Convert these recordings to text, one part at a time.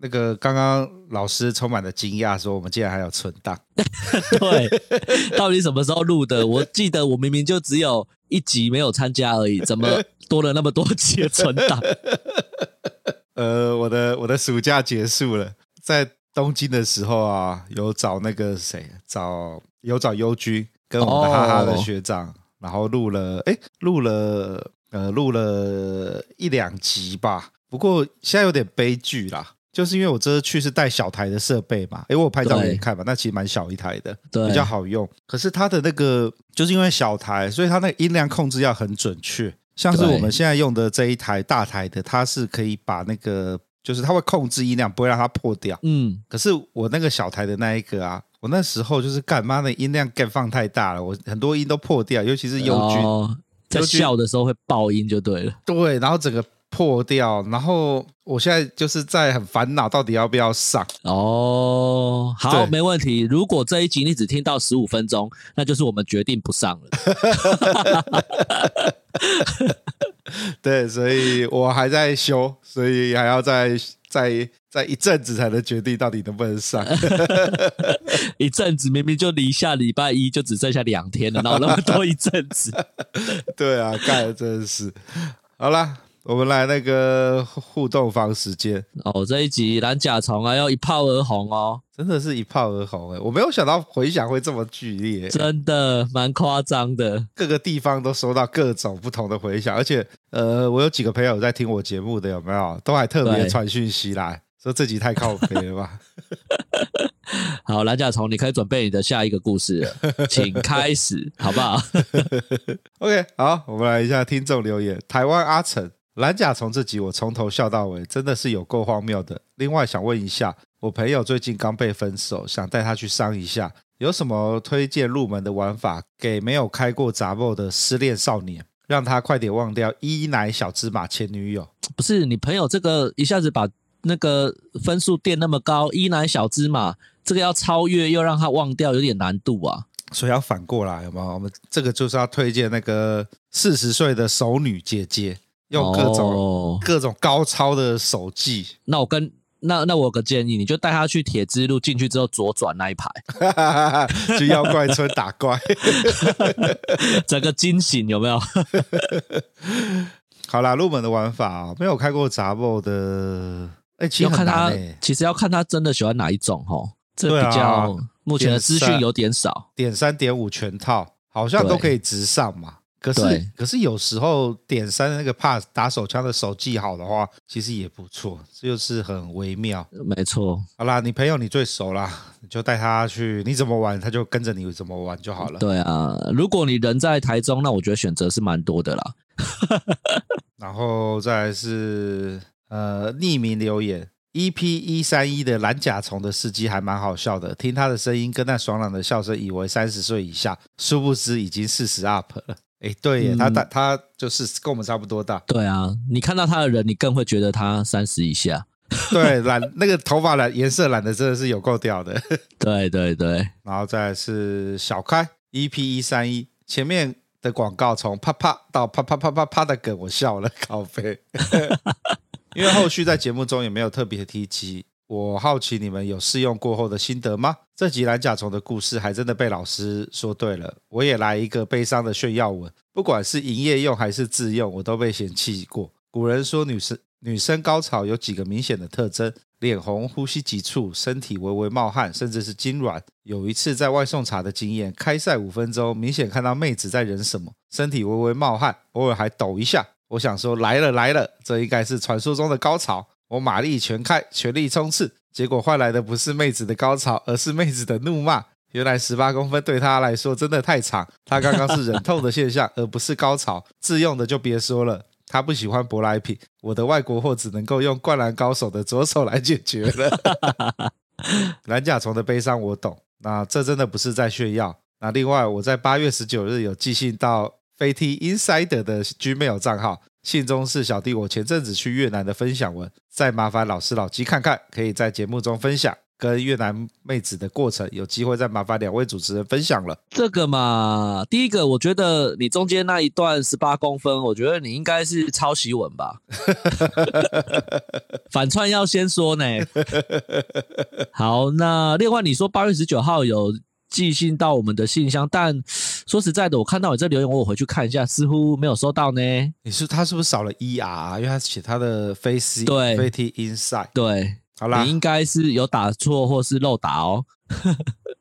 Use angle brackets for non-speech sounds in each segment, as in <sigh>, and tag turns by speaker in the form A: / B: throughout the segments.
A: 那个刚刚老师充满了惊讶，说我们竟然还有存档。
B: 对， <laughs> 到底什么时候录的？我记得我明明就只有一集没有参加而已，怎么多了那么多集的存档？
A: 呃，我的我的暑假结束了，在东京的时候啊，有找那个谁，找有找优居跟我们的哈哈的
B: 哦
A: 学长，然后录了，哎，录了呃录了一两集吧。不过现在有点悲剧啦，就是因为我这次去是带小台的设备嘛，哎，我有拍照给你
B: 对
A: 看嘛，那其实蛮小一台的，
B: 对
A: 比较好用。可是它的那个就是因为小台，所以它那个音量控制要很准确。像是
B: 对
A: 我们现在用的这一台大台的，它是可以把那个，就是它会控制音量，不会让它破掉。
B: 嗯，
A: 可是我那个小台的那一个啊，我那时候就是干妈的音量干放太大了，我很多音都破掉，尤其是幽居、
B: 哦在
A: 优君
B: 笑的时候会爆音就对了。
A: 对，然后整个破掉，然后我现在就是在很烦恼，到底要不要上？ <laughs>
B: 哦，好，
A: 对
B: 没问题。如果这一集你只听到十五分钟，那就是我们决定不上了。
A: 对，所以我还在修，所以还要再再再一阵子才能决定到底能不能上。
B: 一阵子明明就离下礼拜一就只剩下两天了，然后那么多一阵子？
A: <laughs> 对啊，干真是。好啦，我们来那个互动方时间，
B: 哦，这一集蓝甲虫啊要一炮而红哦。
A: 真的是一炮而红哎、我没有想到回响会这么剧烈、欸
B: 真的蛮夸张的。
A: 各个地方都收到各种不同的回响，而且呃，我有几个朋友在听我节目的，有没有？都还特别
B: 对
A: 传讯息来说这集太靠北了吧？
B: 好，蓝甲虫，你可以准备你的下一个故事了，请开始，好不好？
A: OK，好，我们来一下听众留言。台湾阿成蓝甲虫这集我从头笑到尾，真的是有够荒谬的。另外想问一下，我朋友最近刚被分手，想带他去伤一下，有什么推荐入门的玩法给没有开过杂货的失恋少年，让他快点忘掉一奶小芝麻前女友？
B: 不是你朋友这个一下子把那个分数垫那么高，一男小芝麻，这个要超越又让他忘掉，有点难度啊。
A: 所以要反过来，有没有？我们这个就是要推荐那个四十岁的熟女姐姐，用各种、
B: 哦
A: 各种高超的手技。 <laughs>
B: 那我跟那那我有个建议，你就带他去铁之路进去之后左转那一排， <laughs>
A: 去妖怪村打怪。
B: 整个惊醒有没有？
A: 好啦，入门的玩法啊、没有开过杂报的，哎、其实
B: 要
A: 很
B: 看
A: 难、
B: 他
A: 欸，，
B: 其实要看他真的喜欢哪一种哦。这
A: 对啊
B: 比较目前的资
A: 点
B: 讯
A: 三
B: 有点少。
A: 点三点五全套好像都可以直上嘛。可
B: 对
A: 是可是有时候点三的那个怕打手枪的手技好的话，其实也不错，这就是很微妙。
B: 没错，
A: 好啦，你朋友你最熟啦，你就带他去，你怎么玩他就跟着你怎么玩就好了。
B: 对啊，如果你人在台中，那我觉得选择是蛮多的啦。
A: 然后再来是呃匿名留言。EP 一三一的蓝甲虫的司机还蛮好笑的，听他的声音跟那爽朗的笑声，以为三十岁以下，殊不知已经四十 up 了。哎，对耶，
B: 嗯，
A: 他大他就是跟我们差不多大
B: 对啊，你看到他的人，你更会觉得他三十以下。
A: 对，染那个头发染颜色染的真的是有够屌的。
B: 对对对，
A: 然后再来是小开 EP 一三一，前面的广告从啪啪到啪啪啪啪啪的梗，我笑了， <laughs> 靠飞。因为后续在节目中也没有特别提及，我好奇你们有试用过后的心得吗？这集蓝甲虫的故事还真的被老师说对了，我也来一个悲伤的炫耀文，不管是营业用还是自用，我都被嫌弃过。古人说女生女生高潮有几个明显的特征：脸红、呼吸急促、身体微微冒汗，甚至是痉挛。有一次在外送茶的经验，开赛五分钟，明显看到妹子在忍什么，身体微微冒汗，偶尔还抖一下。我想说来了来了，这应该是传说中的高潮。我马力全开，全力冲刺，结果换来的不是妹子的高潮，而是妹子的怒骂。原来十八公分对她来说真的太长，她刚刚是忍痛的现象，而不是高潮。自用的就别说了，她不喜欢舶来品，我的外国货只能够用灌篮高手的左手来解决了。蓝甲虫的悲伤我懂，那这真的不是在炫耀。那另外，我在八月十九日有寄信到飞 T Insider 的 Gmail 账号，信中是小弟我前阵子去越南的分享文，再麻烦老师老鸡看看，可以在节目中分享跟越南妹子的过程，有机会再麻烦两位主持人分享了。
B: 这个嘛，第一个我觉得你中间那一段十八公分，我觉得你应该是抄袭文
A: <laughs>
B: 吧。反串要先说呢。好，那另外你说八月十九号有寄信到我们的信箱，但说实在的，我看到你这留言，我有回去看一下，似乎没有收到呢。
A: 你说他是不是少了 E R？、啊、因为他写他的飞 C
B: 对
A: 飞 T Inside。
B: 对，
A: 好啦
B: 你应该是有打错或是漏打哦。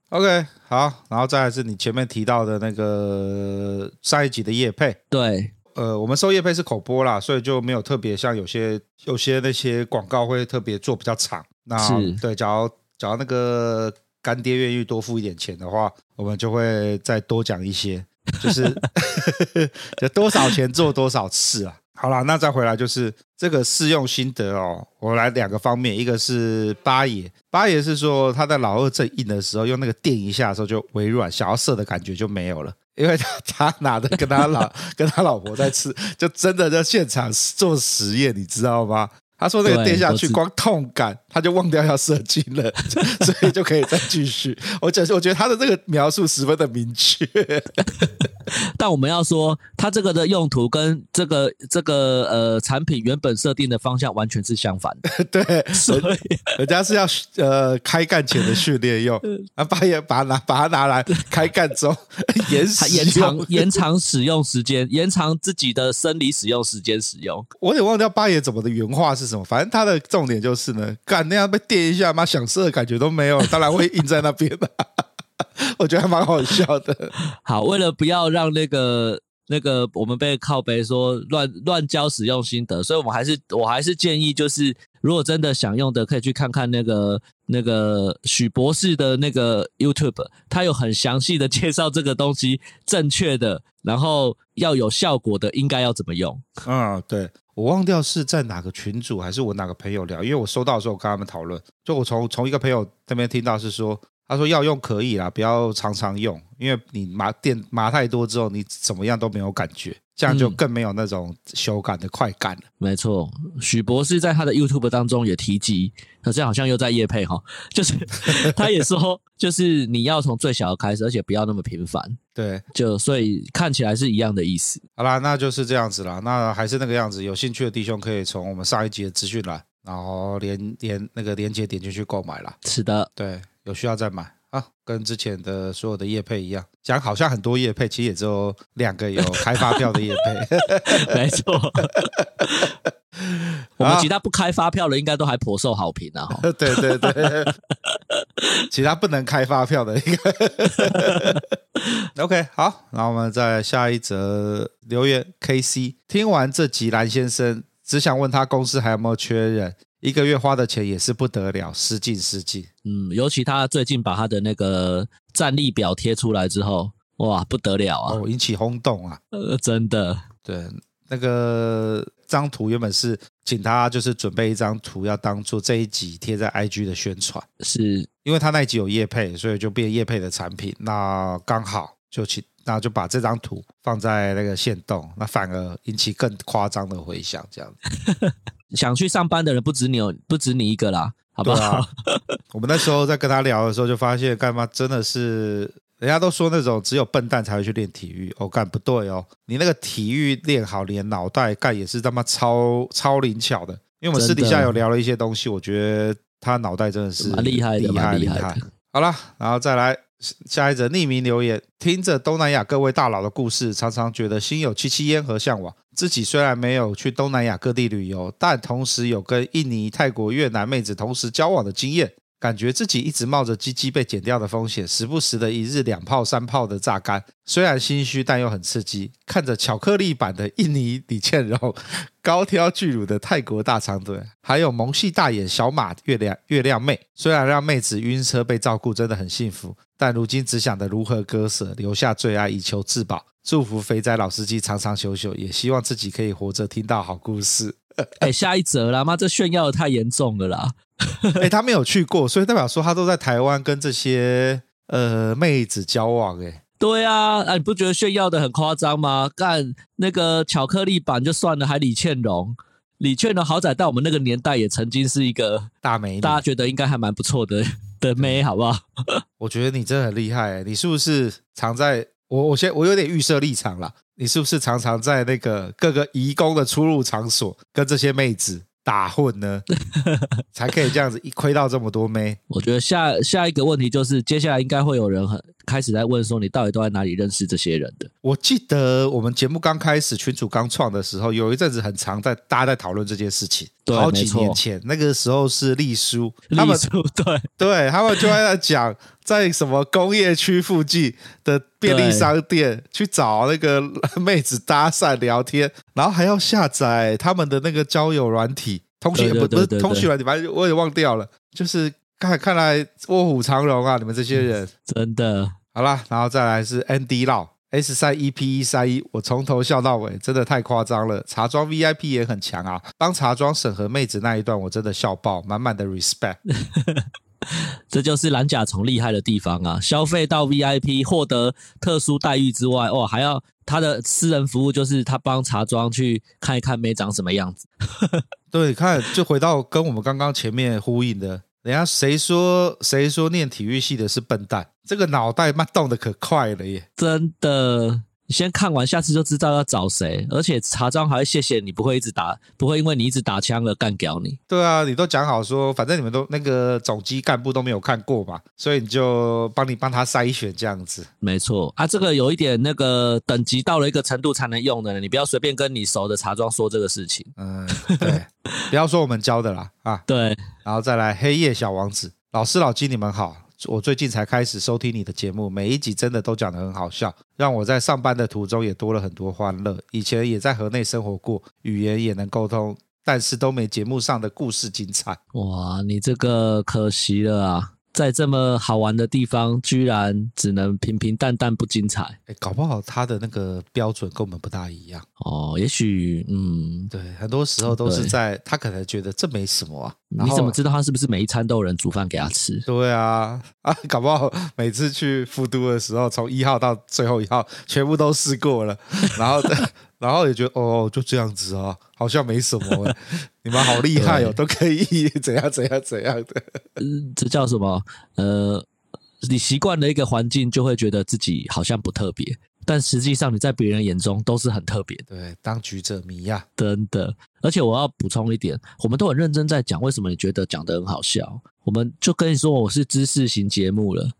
A: ，OK，好，然后再来是你前面提到的那个上一集的叶配。
B: 对，
A: 呃，我们收业配是口播啦，所以就没有特别像有些有些那些广告会特别做比较长。那
B: 是
A: 对，假如假如那个干爹愿意多付一点钱的话，我们就会再多讲一些，就是就多少钱做多少次啊。好啦，那再回来就是这个试用心得哦，我来两个方面，一个是八爷，八爷是说他在老二正硬的时候，用那个电一下的时候就微软，想要射的感觉就没有了。因为他他拿着跟他老跟他老婆在吃，就真的在现场做实验，你知道吗？他说那个
B: 对
A: 电下
B: 我
A: 去
B: 知
A: 光痛感，他就忘掉要射精了，所以就可以再继续。我觉我觉得他的这个描述十分的明确，
B: 但我们要说，它这个的用途跟这个这个呃产品原本设定的方向完全 <laughs> 是相反的，
A: 对，
B: 所以
A: 人家是要呃开干前的训练用，
B: 嗯
A: 啊，把也把它拿把它拿来开干中 <laughs> 延
B: 它
A: 时
B: 延长
A: 用
B: 延长使用时间，延长自己的生理使用时间使用。
A: 我也忘掉八爷怎么的原话是什么，反正他的重点就是呢，干那样被电一下，妈想射的感觉都没有，当然会硬在那边的、 <laughs> 我觉得还蛮好笑的，
B: 好，为了不要让那个那个我们被靠背说乱乱教使用心得，所以我们还是我还是建议，就是如果真的想用的，可以去看看那个那个许博士的那个 YouTube，他有很详细的介绍这个东西正确的，然后要有效果的应该要怎么用。
A: 嗯，对。我忘掉是在哪个群组，还是我哪个朋友聊，因为我收到的时候我跟他们讨论，就我从从一个朋友那边听到是说，他说要用可以啦，不要常常用，因为你麻电麻太多之后，你怎么样都没有感觉，这样就
B: 嗯
A: 更没有那种修改的快感了。
B: 没错，许博士在他的 YouTube 当中也提及，可是好像又在夜配哈，就是 <laughs> 他也说，就是你要从最小的开始，而且不要那么频繁，
A: 对，
B: 就所以看起来是一样的意思。
A: 好啦，那就是这样子啦。那还是那个样子，有兴趣的弟兄可以从我们上一集的资讯栏，然后连连那个连接点进去购买啦。
B: 是的， <laughs>
A: 对，有需要再买啊，跟之前的所有的业配一样，讲好像很多业配，其实也只有两个有开发票的业配。 <laughs>
B: 没错。我们
A: 好
B: 其他不开发票的，应该都还颇受好评啊！哈
A: 对对对， <laughs> 其他不能开发票的一个。OK，好，那我们再下一则留言。KC 听完这集蓝先生，只想问他公司还有没有缺人？一个月花的钱也是不得了，失敬失敬。
B: 嗯，尤其他最近把他的那个战力表贴出来之后，哇，不得了啊！
A: 哦，引起轰动啊！
B: 呃，真的，
A: 对，那个张图原本是请他就是准备一张图，要当做这一集贴在 IG 的宣传。
B: 是
A: 因为他那一集有叶配，所以就变叶配的产品。那刚好就去，那就把这张图放在那个线动，那反而引起更夸张的回响，这样子。
B: 想去上班的人不止你有，不止你一个啦，好不
A: 对
B: 好？
A: 啊，我们那时候在跟他聊的时候，就发现干嘛真的是，人家都说那种只有笨蛋才会去练体育，哦，干不对哦，你那个体育练好，连脑袋干也是他妈超超灵巧的。因为我们私底
B: 真
A: 下
B: 的
A: 有聊了一些东西，我觉得他脑袋真的是
B: 蛮厉害的
A: 厉
B: 蛮
A: 害
B: 厉
A: 厉
B: 害的
A: 害。好啦，然后再来下一则匿名留言。听着东南亚各位大佬的故事，常常觉得心有戚戚焉和向往。自己虽然没有去东南亚各地旅游，但同时有跟印尼、泰国、越南妹子同时交往的经验，感觉自己一直冒着鸡鸡被剪掉的风险，时不时的一日两炮、三炮的榨干。虽然心虚，但又很刺激。看着巧克力版的印尼李倩蓉，高挑巨乳的泰国大长腿，还有萌系大眼小马月亮月亮妹，虽然让妹子晕车被照顾真的很幸福，但如今只想着如何割舍，留下最爱以求自保。祝福肥仔老司机长长久久，也希望自己可以活着听到好故事。
B: 哎、下一则啦，妈，这炫耀的太严重了啦！
A: 哎、他没有去过，所以代表说他都在台湾跟这些呃妹子交往、哎，
B: 对啊，啊，你不觉得炫耀的很夸张吗？干那个巧克力版就算了，还李倩蓉，李倩蓉好歹在我们那个年代也曾经是一个
A: 大美女，
B: 大家觉得应该还蛮不错的的妹，好不好？
A: 我觉得你真的很厉害、哎你是不是常在？我我先我有点预设立场啦，你是不是常常在那个各个移工的出入场所跟这些妹子打混
B: <laughs>
A: 呢？才可以这样子一亏到这么多妹？
B: 我觉得下下一个问题就是，接下来应该会有人很开始在问说，你到底都在哪里认识这些人的？
A: 我记得我们节目刚开始群主刚创的时候，有一阵子很常在大家在讨论这件事情，
B: 对
A: 好几
B: 没错
A: 年前，那个时候是丽叔，他
B: 立
A: 们
B: 出对
A: 对他们就在讲在什么工业区附近的便利商店去找
B: <laughs>
A: 那个妹子搭讪聊天，然后还要下载他们的那个交友软体，通讯
B: 对对
A: 不不
B: 对
A: 是
B: 对对
A: 通讯软体，反正我也忘掉了，就是看看来卧虎藏龙啊，你们这些
B: 嗯
A: 人。
B: 真的
A: 好啦，然后再来是 ND 绕 S 三 EP 一三一，我从头笑到尾，真的太夸张了。茶庄 VIP 也很强啊，帮茶庄审核妹子那一段，我真的笑爆，满满的 respect。
B: 这就是蓝甲虫厉害的地方啊！消费到 VIP 获得特殊待遇之外，哦，还要他的私人服务就是他帮茶庄去看一看妹长什么样子。
A: 对，看就回到跟我们刚刚前面呼应的，人家谁说谁说念体育系的是笨蛋，这个脑袋慢动的可快了耶。
B: 真的，你先看完，下次就知道要找谁。而且茶庄还会谢谢你，不会一直打，不会因为你一直打枪而干掉你。
A: 对啊，你都讲好说，反正你们都那个总机干部都没有看过嘛，所以你就帮你帮他筛选这样子。
B: 没错啊，这个有一点那个等级到了一个程度才能用的，你不要随便跟你熟的茶庄说这个事情。
A: 嗯，对，不要说我们教的啦啊。
B: 对，
A: 然后再来《黑夜小王子》，老师老金你们好，我最近才开始收听你的节目，每一集真的都讲得很好笑，让我在上班的途中也多了很多欢乐。以前也在河内生活过，语言也能沟通，但是都没节目上的故事精彩。
B: 哇，你这个可惜了啊，在这么好玩的地方，居然只能平平淡淡不精彩
A: 哎，搞不好他的那个标准跟我们不大一样。
B: 哦。也许，嗯，
A: 对，很多时候都是
B: 对
A: 在他可能觉得这没什么啊，然
B: 你
A: 后
B: 怎么知道他是不是每一餐都有人煮饭给他吃？
A: 对啊，啊，搞不好每次去复都的时候，从一号到最后一号，全部都试过 <laughs> 了，然后，然后也觉得哦，就这样子哦，好像没什么欸，你们好厉害哦，都可以 <laughs> 怎样怎样怎样的，
B: 嗯，这叫什么？呃，你习惯了一个环境，就会觉得自己好像不特别，但实际上你在别人眼中都是很特别的。
A: 对，当局者迷啊呀、
B: 真的，而且我要补充一点，我们都很认真在讲，为什么你觉得讲得很好笑？我们就跟你说，我是知识型节目了。
A: <laughs>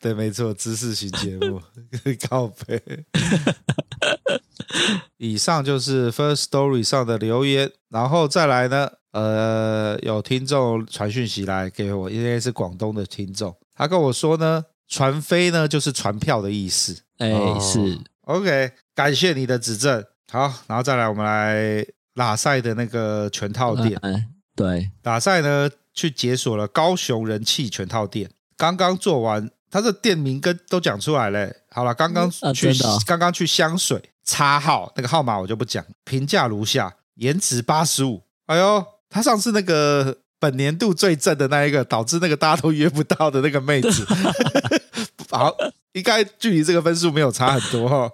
A: 对，没错，知识型节目， <laughs> 靠背。以上就是 First Story 上的留言，然后再来呢，呃，有听众传讯息来给我，应该是广东的听众，他跟我说呢，船飞呢就是船票的意思。
B: 哎、
C: 哦
B: 是
A: OK，感谢你的指正。好，然后再来，我们来拉塞的那个全套店。
B: 哎，对，
A: 打赛呢去解锁了高雄人气全套店，刚刚做完，他的店名跟都讲出来嘞。好了，刚刚
B: 嗯啊
A: 去、
B: 真的哦
A: 刚刚去香水叉号那个号码我就不讲，评价如下：颜值八十五。哎呦，他上次那个本年度最正的那一个，导致那个大家都约不到的那个妹
B: <laughs>
A: 子，好，应该距离这个分数没有差很多哈、哦。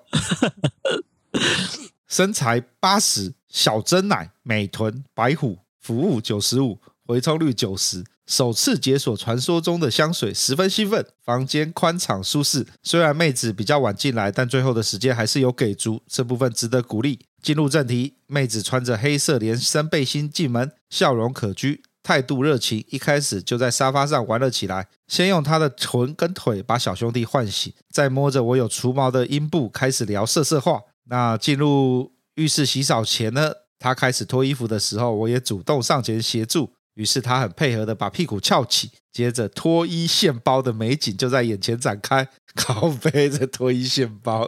A: 身材八十，小真奶、美臀、白虎，服务九十五，回充率九十，首次解锁传说中的香水，十分兴奋。房间宽敞舒适，虽然妹子比较晚进来，但最后的时间还是有给足，这部分值得鼓励。进入正题，妹子穿着黑色连身背心进门，笑容可掬，态度热情，一开始就在沙发上玩了起来。先用他的臀跟腿把小兄弟唤醒，再摸着我有除毛的阴部开始聊色色话。那进入浴室洗澡前呢，他开始脱衣服的时候，我也主动上前协助。于是他很配合的把屁股翘起，接着脱衣现包的美景就在眼前展开。 <laughs> 靠背这脱衣现包，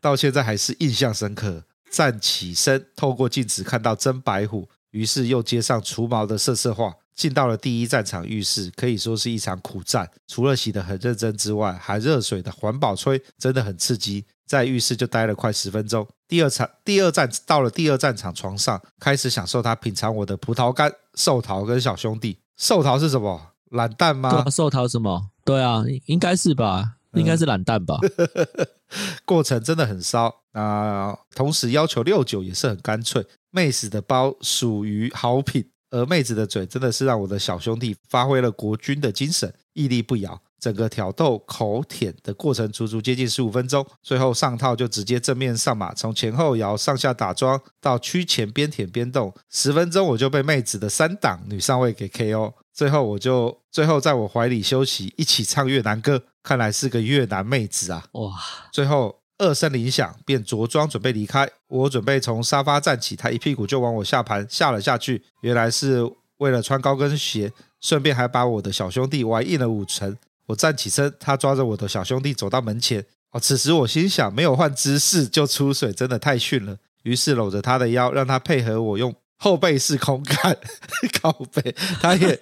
A: 到现在还是印象深刻。站起身，透过镜子看到真白虎，于是又接上除毛的色色话，进到了第一战场浴室，可以说是一场苦战。除了洗得很认真之外，含热水的环保吹真的很刺激。在浴室就待了快十分钟。第二场第二站到了第二战场床上，开始享受他品尝我的葡萄干、寿桃跟小兄弟。寿桃是什么？懒蛋
B: 对
A: 吗
B: 啊，？寿桃什么？对啊，应该是吧，
A: 嗯
B: 应该是懒蛋
A: <laughs>
B: 吧。
A: 过程真的很骚。那、同时要求六九也是很干脆，妹子的包属于好品，而妹子的嘴真的是让我的小兄弟发挥了国军的精神，屹立不摇。整个挑逗口舔的过程足足接近十五分钟，最后上套就直接正面上马，从前后摇、上下打桩到屈前边舔边动，十分钟我就被妹子的三档女上位给 KO。最后我就最后在我怀里休息，一起唱越南歌，看来是个越南妹子啊！
B: 哇，
A: 最后二声铃响，便着装准备离开。我准备从沙发站起，他一屁股就往我下盘下了下去。原来是为了穿高跟鞋，顺便还把我的小兄弟玩硬了五成。我站起身，他抓着我的小兄弟走到门前。哦，此时我心想，没有换姿势就出水，真的太逊了。于是搂着他的腰，让他配合我用后背式空干 <laughs> 靠背，他也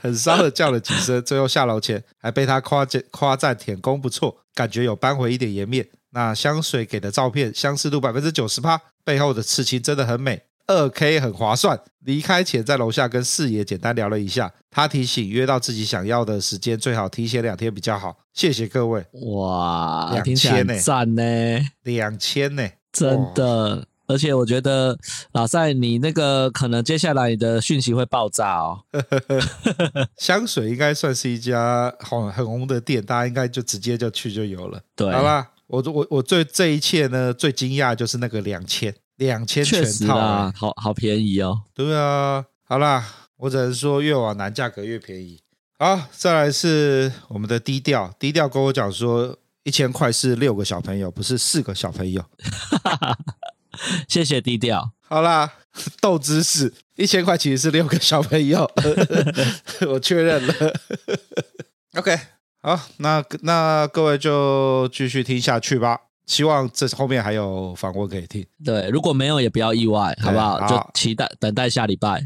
A: 很骚的叫了几声，最后下楼前还被他夸奖夸赞舔功不错，感觉有扳回一点颜面。那香水给的照片相似度百分之九十八，背后的刺青真的很美，二 K 很划算。离开前在楼下跟四爷简单聊了一下，他提醒约到自己想要的时间，最好提前两天比较好。谢谢各位，
B: 哇，
A: 两
B: 听起来
A: 千欸
B: 很赞呢、
A: 两千呢，
B: 真的。而且我觉得老赛，你那个可能接下来你的讯息会爆炸哦。
A: 香水应该算是一家很很红的店，大家应该就直接就去就有了。
B: 对，
A: 好啦，我我我对这一切呢最惊讶就是那个两千两千全
B: 确实
A: 套、欸
B: 啦，好好便宜哦。
A: 对啊，好啦，我只能说越往南价格越便宜。好，再来是我们的低调，低调跟我讲说一千块是六个小朋友，不是四个小朋友。
B: 谢谢低调，
A: 好啦， <laughs> 斗知识，一千块其实是六个小朋友， <laughs> 我确认了。OK，好，那那各位就继续听下去吧。希望这后面还有访问可以听。
B: 对，如果没有也不要意外，好不好？
A: 好
B: 就期待等待下礼拜。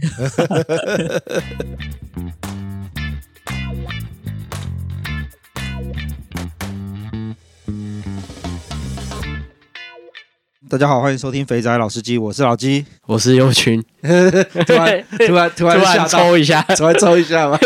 A: 大家好，欢迎收听《肥宅老司机》，我是老
D: <laughs>
A: 鸡。
D: 我是优群，
A: 突然突然突
D: 突
A: 然
D: 然
A: 吓到，
D: 抽一下， <laughs>
A: <laughs> 突然抽一下吧。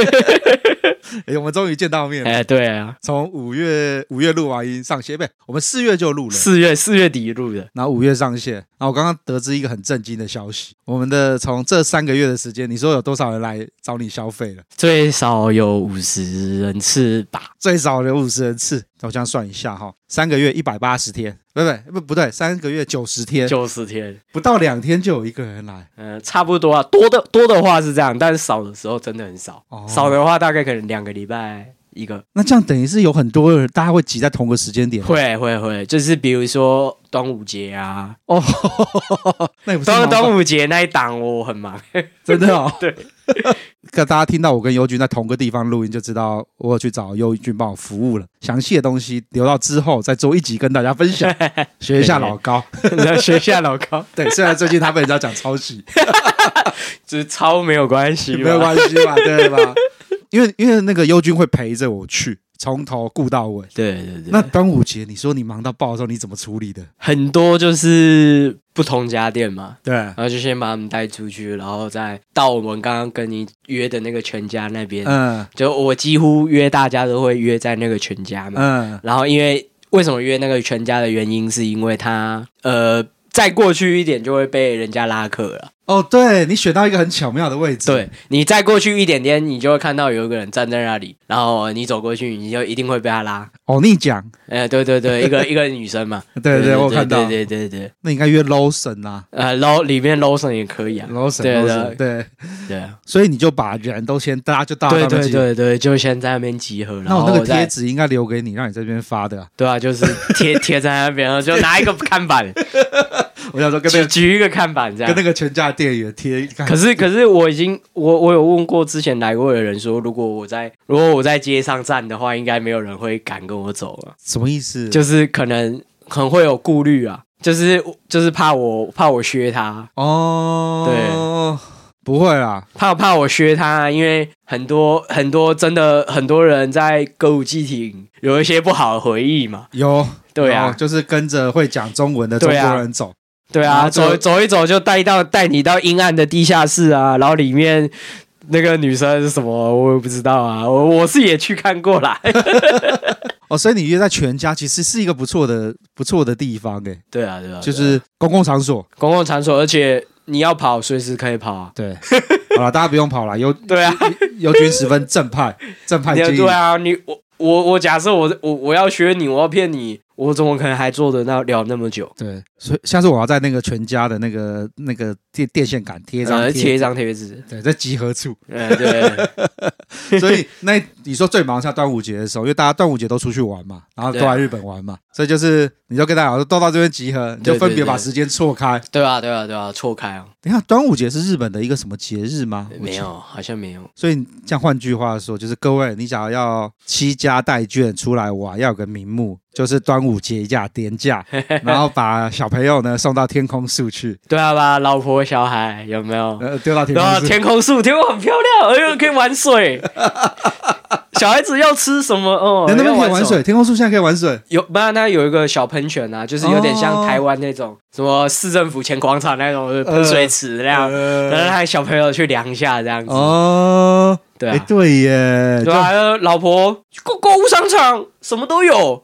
A: 哎，我们终于见到面了。
D: 哎，对啊，
A: 从五月五月录完音上线，不，我们四月就录了，
D: 四月四月底录的，
A: 然后五月上线。然后我刚刚得知一个很震惊的消息，我们的从这三个月的时间，你说有多少人来找你消费了？
D: 最少有五十人次吧，
A: 最少有五十人次，我这样算一下哈，三个月一百八十天，不对不不对，三个月九十天，
D: 九十天，
A: 不到两天就有一个人来。
D: 嗯、差不多啊，多的多的话是这样，但是少的时候真的很少，
A: 哦
D: 少的话大概可能两个礼拜一个，
A: 那这样等于是有很多人，大家会挤在同个时间点
D: 会会会，就是比如说端午节啊，
A: 哦。那也不是
D: 端
A: 麻烦
D: 端午节那一档我很 <laughs> 忙，
A: 真的哦。
D: 对，
A: <laughs> 可大家听到我跟尤军在同个地方录音，就知道我有去找尤军帮我服务了。详细的东西留到之后再做一集跟大家分
D: <laughs>
A: 享，学一下老高。
D: 那学校老高
A: 对，虽然最近他被人家讲抄袭，
D: <laughs> 就是超没有关系，
A: 没有，关系吧，对吧？因为因为那个尤军会陪着我去，从头顾到尾。
D: 对对对，
A: 那端午节，你说你忙到爆的时候，你怎么处理的？
D: 很多就是不同家店嘛，
A: 对
D: 然，后就先把他们带出去，然后再到我们刚刚跟你约的那个全家那边。
A: 嗯
D: 就我几乎约大家都会约在那个全家嘛。
A: 嗯，
D: 然后因为为什么约那个全家的原因，是因为他呃再过去一点就会被人家拉客了。
A: 哦，对你选到一个很巧妙的位置，
D: 对你再过去一点点，你就会看到有一个人站在那里，然后你走过去，你就一定会被他拉。
A: 哦，你讲，
D: 呃，对对对，一个一个女生嘛。
A: <laughs> 对对我看到，
D: 对对对对，
A: 那应该约啊 low 神啦
D: 呃，捞里面捞上也可以啊。
A: ，low 神
D: 对
A: low
D: 对
A: 神，对。
D: 对。啊
A: 所以你就把人都先大家就大家
D: 对
A: 到那
D: 对
A: 边集合
D: 对对，就先在那边集合，然
A: 那
D: 后
A: 我那个
D: 再
A: 贴纸应该留给你，让你在这边发的啊、
D: 对啊，就是贴贴在那边，然后就拿一个
A: <laughs>
D: 看板，
A: <laughs> 我想说跟那
D: 举
A: 个
D: 举一个看板这
A: 跟那
D: 样。
A: 个全家店员贴，看
D: 可是可是我已经我我有问过之前来过的人说，如果我在如果我在街上站的话，应该没有人会敢跟我走了，
A: 什么意思？
D: 就是可能可能会有顾虑啊，就是就是怕我怕我削他，
A: 哦，不会啦，
D: 怕怕我削他，啊因为很多很多真的很多人在歌舞伎町有一些不好的回忆嘛。
A: 有
D: 对啊
A: 有就是跟着会讲中文的中
D: 对啊
A: 国人走，
D: 对
A: 然
D: 啊，
A: 后就
D: 走走一走就带到带你到阴暗的地下室啊，然后里面那个女生是什么我也不知道啊，我我是也去看过啦。 <laughs>
A: 哦，所以你约在全家其实是一个不错的不错的地方诶，
D: 对啊，对啊，
A: 就
D: 对啊
A: 是公共场所。
D: 公共场所，而且你要跑随时可以跑啊。
A: 对， <laughs> 好了，大家不用跑了，有
D: 对啊，
A: 有军十分正派正派
D: 你
A: 经营
D: 对，啊，你我我我假设我我我要学你，我要骗你，我怎么可能还做得到聊那么久？
A: 对，所以下次我要在那个全家的那个那个电电线杆贴一张
D: 呃，贴
A: 贴
D: 一，张贴 <laughs> 纸，
A: 对，在集合处。
D: 嗯，对，
A: 所以那你说最忙像端午节的时候，因为大家端午节都出去玩嘛，然后都
D: 对啊
A: 来日本玩嘛，所以就是你就跟大家讲说都到这边集合，你就
D: 对
A: 分
D: 对
A: 别把
D: 对
A: 时间错开。
D: 对啊，对啊，对啊，错开哦，
A: 等一下，端午节是日本的一个什么节日吗？我
D: 呃没
A: 记。
D: 有，好像没有，
A: 所以这样换句话说，就是各位，你想要七家带眷出来玩，要有个名目，就是端午节假年
D: <laughs>
A: 假，然后把小朋友呢送到天空树去，
D: 对啊吧？老婆小孩有没有？
A: 呃，丢到
D: <laughs>
A: 天
D: 对啊，
A: 空树。
D: 天空树，天空很漂亮，哎呦，可以
A: <laughs>
D: 玩水。小孩子要吃什么？哦，
A: 你那边
D: 要
A: 可以玩
D: 玩
A: 水，？天空树现在可以玩水。
D: 有，不然它有一个小喷泉啊，就是有点
A: 哦
D: 像台湾那种、什么市政府前广场那种就是喷水池那样，然
A: 呃
D: 后让小朋友去量一下这样子。
A: 哦，
D: 对
A: 哎，
D: 啊，
A: 对耶，
D: 对啊，老婆购购物商场什么
A: <laughs>
D: 都有，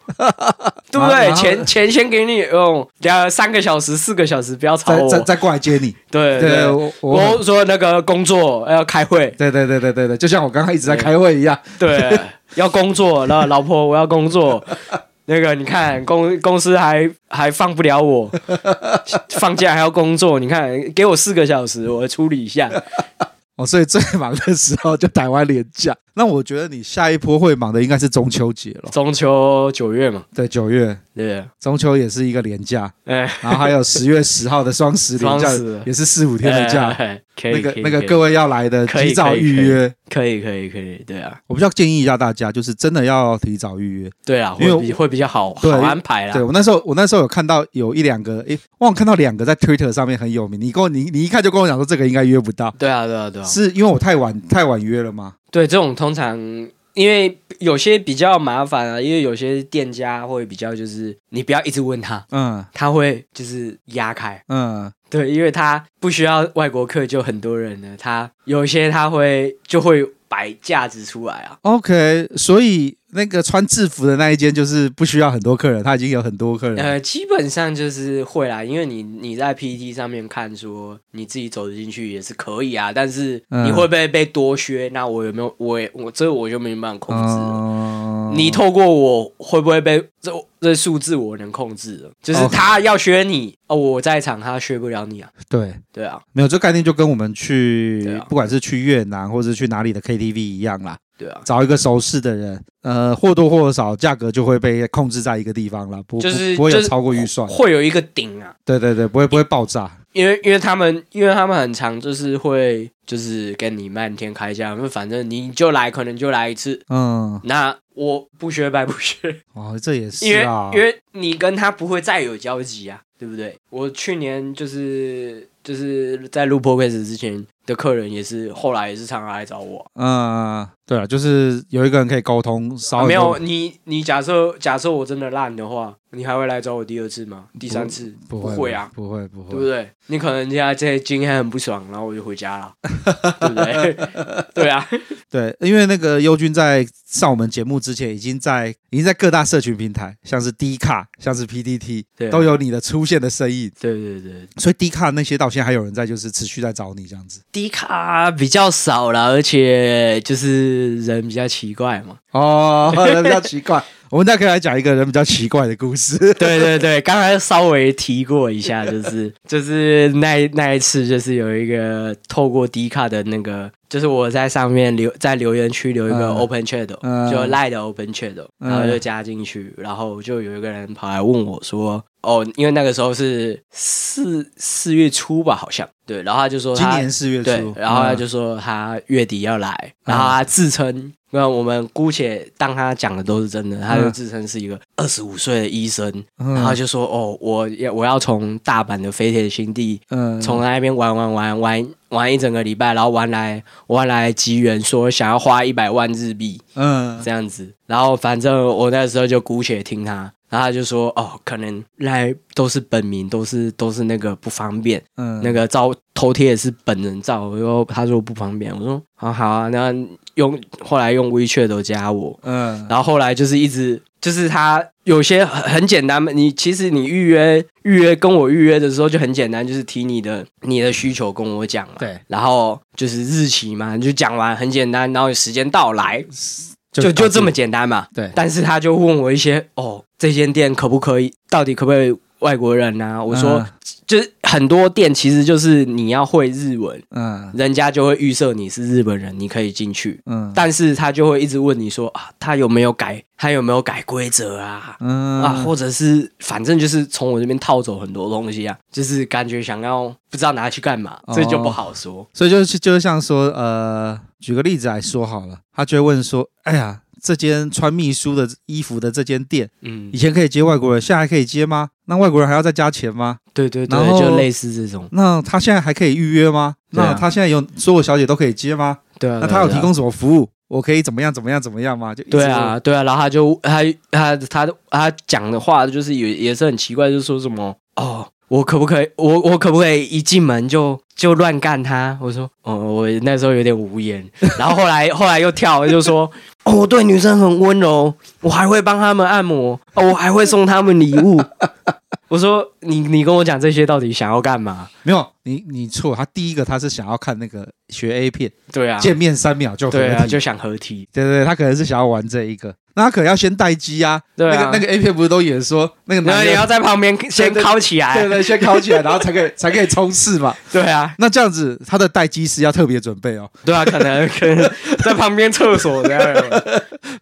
D: 对不
A: 然
D: 对？
A: 后
D: 钱钱先给你用，两三个小时、四个小时，不要吵
A: 再
D: 我。
A: 再再过来接你。
D: 哦对
A: 对，
D: 对，
A: 我我
D: 我说那个工作要开会，
A: 对对对对对对，就像我刚刚一直在开会一样。
D: <laughs> 对，要工作，然后老婆我要
A: <laughs>
D: 工作。那个你看公公司还还放不
A: <laughs>
D: 了我，放假还要工作，你看给我四个小时，我处理一下。
A: 哦，所以最忙的时候就台湾连假。那我觉得你下一波会忙的应该是中秋节了，
D: 中秋九月嘛，
A: 对，九月
D: 对
A: 中秋也是一个连假，
D: 不对？哎，
A: 然后还有十月十号的双十连假
D: 双十，
A: 也是四五天的假。
D: 哎，可以，
A: 那个
D: 可以
A: 那个
D: 可以
A: 各位要来的，
D: 可以
A: 提早
D: 可以
A: 预
D: 可以
A: 约。
D: 可以可以可以，对啊，
A: 我比较建议一下大家，就是真的要提早预约。
D: 对啊，
A: 因为
D: 会比会比较好好
A: 对
D: 安排啦
A: 对。我那时候，我那时候有看到有一两个，诶，我有看到两个在 Twitter 上面很有名。你跟我，你你一看就跟我讲说这个应该约不到，
D: 对啊对啊对啊，
A: 是因为我太晚太晚约了吗？
D: 对这种通常因为有些比较麻烦啊，因为有些店家会比较就是你不要一直问他，
A: 嗯
D: 他会就是压开，
A: 嗯，
D: 对，因为他不需要外国客，就很多人呢，他有一些他会就会摆架子出来啊，
A: OK，所以那个穿制服的那一间就是不需要很多客人，他已经有很多客人。
D: 呃，基本上就是会啦，因为你你在 PPT 上面看说你自己走进去也是可以啊，但是
A: 嗯
D: 你会不会被多削？那我有没有我也我这我就没办法控制了。
A: 哦
D: 你透过我会不会被这这数字我能控制了？就是
A: 哦
D: 他要削你哦，我在场他削不了你啊，
A: 对，
D: 对啊，
A: 没有这概念就跟我们去、
D: 对啊
A: 不管是去越南或者去哪里的 KTV 一样啦，
D: 对啊，
A: 找一个熟识的人，呃，或多或少价格就会被控制在一个地方啦，不
D: 就是
A: 不不会
D: 就
A: 有
D: 是
A: 超过预算。
D: 会有一个顶啊，
A: 对对对，不会不会爆炸。
D: 因为因为他们因为他们很常就是会就是跟你漫天开价，因为反正你就来可能就来一次，
A: 嗯，
D: 那我不削白不
A: <laughs>
D: 削，
A: 哦，这也是
D: 因为、
A: 啊
D: 因，为你跟他不会再有交集啊，对不对？我去年就是就是在录 podcast 之前的客人也是后来也是常常来找我啊、
A: 嗯，对啊，就是有一个人可以沟通，少
D: 啊
A: 很
D: 没有
A: 多
D: 你，你假设假设我真的烂的话，你还会来找我第二次吗？第三次
A: 不
D: 会
A: 会
D: 啊，，
A: 不会不会，
D: 对不对？你可能现在这今天很不爽，然后我就回家了， <laughs> 对不对？对啊，
A: 对，因为那个优君在上我们节目之前，已经在已经在各大社群平台，像是 D 卡、像是 PTT，
D: 对啊
A: 都有你的出现的身影。
D: 对对对，
A: 所以 D 卡那些到现在还有人在，就是持续在找你这样子。
D: 低卡比较少了，而且就是人比较奇怪嘛。 <laughs>
A: 哦，人比较奇怪。我们再可以来讲一个人比较奇怪的故
D: <laughs>
A: 事。
D: 对对对，刚才稍微提过一下，就是 <laughs> 就是那那一次，就是有一个透过迪卡的那个，就是我在上面留在留言区留一个
A: 嗯
D: open chat，、
A: 嗯
D: 就赖的 open chat，然后就加进去，然后就有一个人跑来问我说。哦，因为那个时候是四四月初吧，好像对，然后他就说
A: 今
D: 他
A: 年四月
D: 对
A: 初，，
D: 然后他
A: 嗯
D: 就说他月底要来，然后他自称那我们姑且当他讲的都是真的，他就自称是一个二十五岁的医生，
A: 嗯
D: 然后就说哦，我要我要从大阪的飞铁新地，
A: 嗯
D: 从那边玩玩玩玩玩一整个礼拜，然后玩来玩来吉原，说想要花一百万日币
A: 嗯
D: 这样子，然后反正我那时候就姑且听他。然后他就说：“哦，可能来都是本名，都是都是那个不方便，
A: 嗯
D: 那个照头贴也是本人照，我说他说不方便，我说好好啊，那用后来用 WeChat 都加我，
A: 嗯
D: 然后后来就是一直就是他有些很很简单，你其实你预约预约跟我预约的时候就很简单，就是提你的你的需求跟我讲嘛，
A: 对，
D: 然后就是日期嘛，你就讲完很简单，然后时间到来，
A: 就
D: 就
A: 搞
D: 就这
A: 定
D: 么简单嘛，
A: 对
D: 但是他就问我一些哦，这间店可不可以，到底可不可以外国人啊？我说、
A: 嗯
D: 就是很多店其实就是你要会日文，
A: 嗯
D: 人家就会预设你是日本人，你可以进去。
A: 嗯
D: 但是他就会一直问你说啊，他有没有改，他有没有改规则啊？
A: 嗯
D: 啊，或者是反正就是从我这边套走很多东西啊，就是感觉想要不知道拿去干嘛，
A: 哦
D: 这就不好说。
A: 所以就是就是像说，呃，举个例子来说好了，他就会问说，哎呀，这间穿秘书的衣服的这间店，
D: 嗯
A: 以，前可以接外国人，现在还可以接吗？那外国人还要再加钱吗？
D: 对对
A: 然
D: 对，
A: 后
D: 就类似这种。
A: 那他现在还可以预约吗？
D: 对啊
A: 那他现在有所有小姐都可以接吗？
D: 对啊，
A: 那
D: 对啊
A: 他有
D: 对
A: 提
D: 啊
A: 供什么服务？我可以怎么样怎么样怎么样吗？就一直
D: 对啊，对啊，然后他就他他他他讲的话就是也也是很奇怪，就说什么哦，我可不可以我我可不可以一进门就就乱干他？我说哦，我那时候有点无言，然后后来后来又跳就说哦，我对女生很温柔，我还会帮他们按摩，哦，我还会送他们礼物。 <laughs> 我说你你跟我讲这些到底想要干嘛？
A: 没有你你错，他第一个他是想要看那个学 A 片，
D: 对啊，
A: 见面三秒就合
D: 对啊，
A: 体
D: 就想合体，
A: 对对对，他可能是想要玩这一个，那他可能要先待机啊。
D: 对啊
A: 那个那个 A 片不是都演说那个
D: <laughs> 然后
A: 男
D: 你
A: 人
D: 要在旁边先
A: 对对
D: 铐起来，
A: 对对，先烤起来，然后才可以才可以冲刺嘛。 <laughs>
D: 对啊。
A: 那这样子，他的待机是要特别准备哦。
D: 对啊，可能可 <laughs> 能在旁边厕所这样有没有，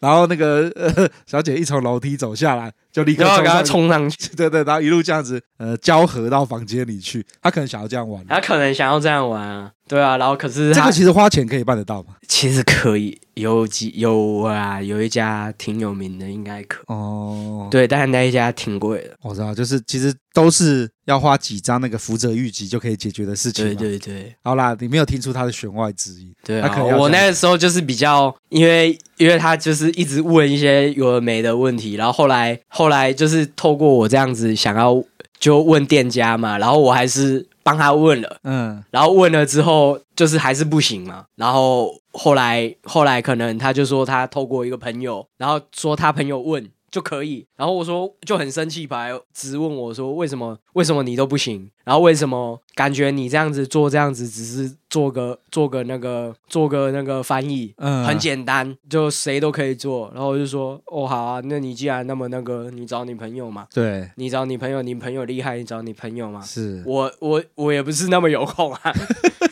A: 然后那个、 <laughs> 呃、小姐一从楼梯走下来，就立刻
D: 然后给他
A: 冲上
D: 冲上去，
A: 去，对对，然后一路这样子呃交合到房间里去。他可能想要这样玩，
D: 他可能想要这样玩啊，对啊，然后可是
A: 这
D: 他
A: 个其实花钱可以办得到嘛？
D: 其实可以有几有啊，有一家挺有名的，应该可
A: 哦，
D: 对，但是那一家挺贵的，
A: 我知道，就是其实都是要花几张那个福泽谕吉就可以解决的事情。
D: 对。对对
A: 好啦，你没有听出他的弦外之音。
D: 对
A: 他
D: 啊，
A: 可能要
D: 我
A: 这
D: 那
A: 样
D: 个时候就是比较，因为因为他就是一直问一些有的没的问题，然后后来后来就是透过我这样子想要就问店家嘛，然后我还是帮他问了。
A: 嗯
D: 然后问了之后，就是还是不行嘛。然后后来后来可能他就说他透过一个朋友，然后说他朋友问就可以。然后我说就很生气吧，直问我说为什么为什么你都不行？然后为什么感觉你这样子做这样子只是做个做个那个做个那个翻译，
A: 嗯
D: 很简单，就谁都可以做。然后我就说哦好啊，那你既然那么那个，你找你朋友嘛。
A: 对，
D: 你找你朋友，你朋友厉害，你找你朋友嘛。
A: 是
D: 我我我也不是那么有空啊， <laughs>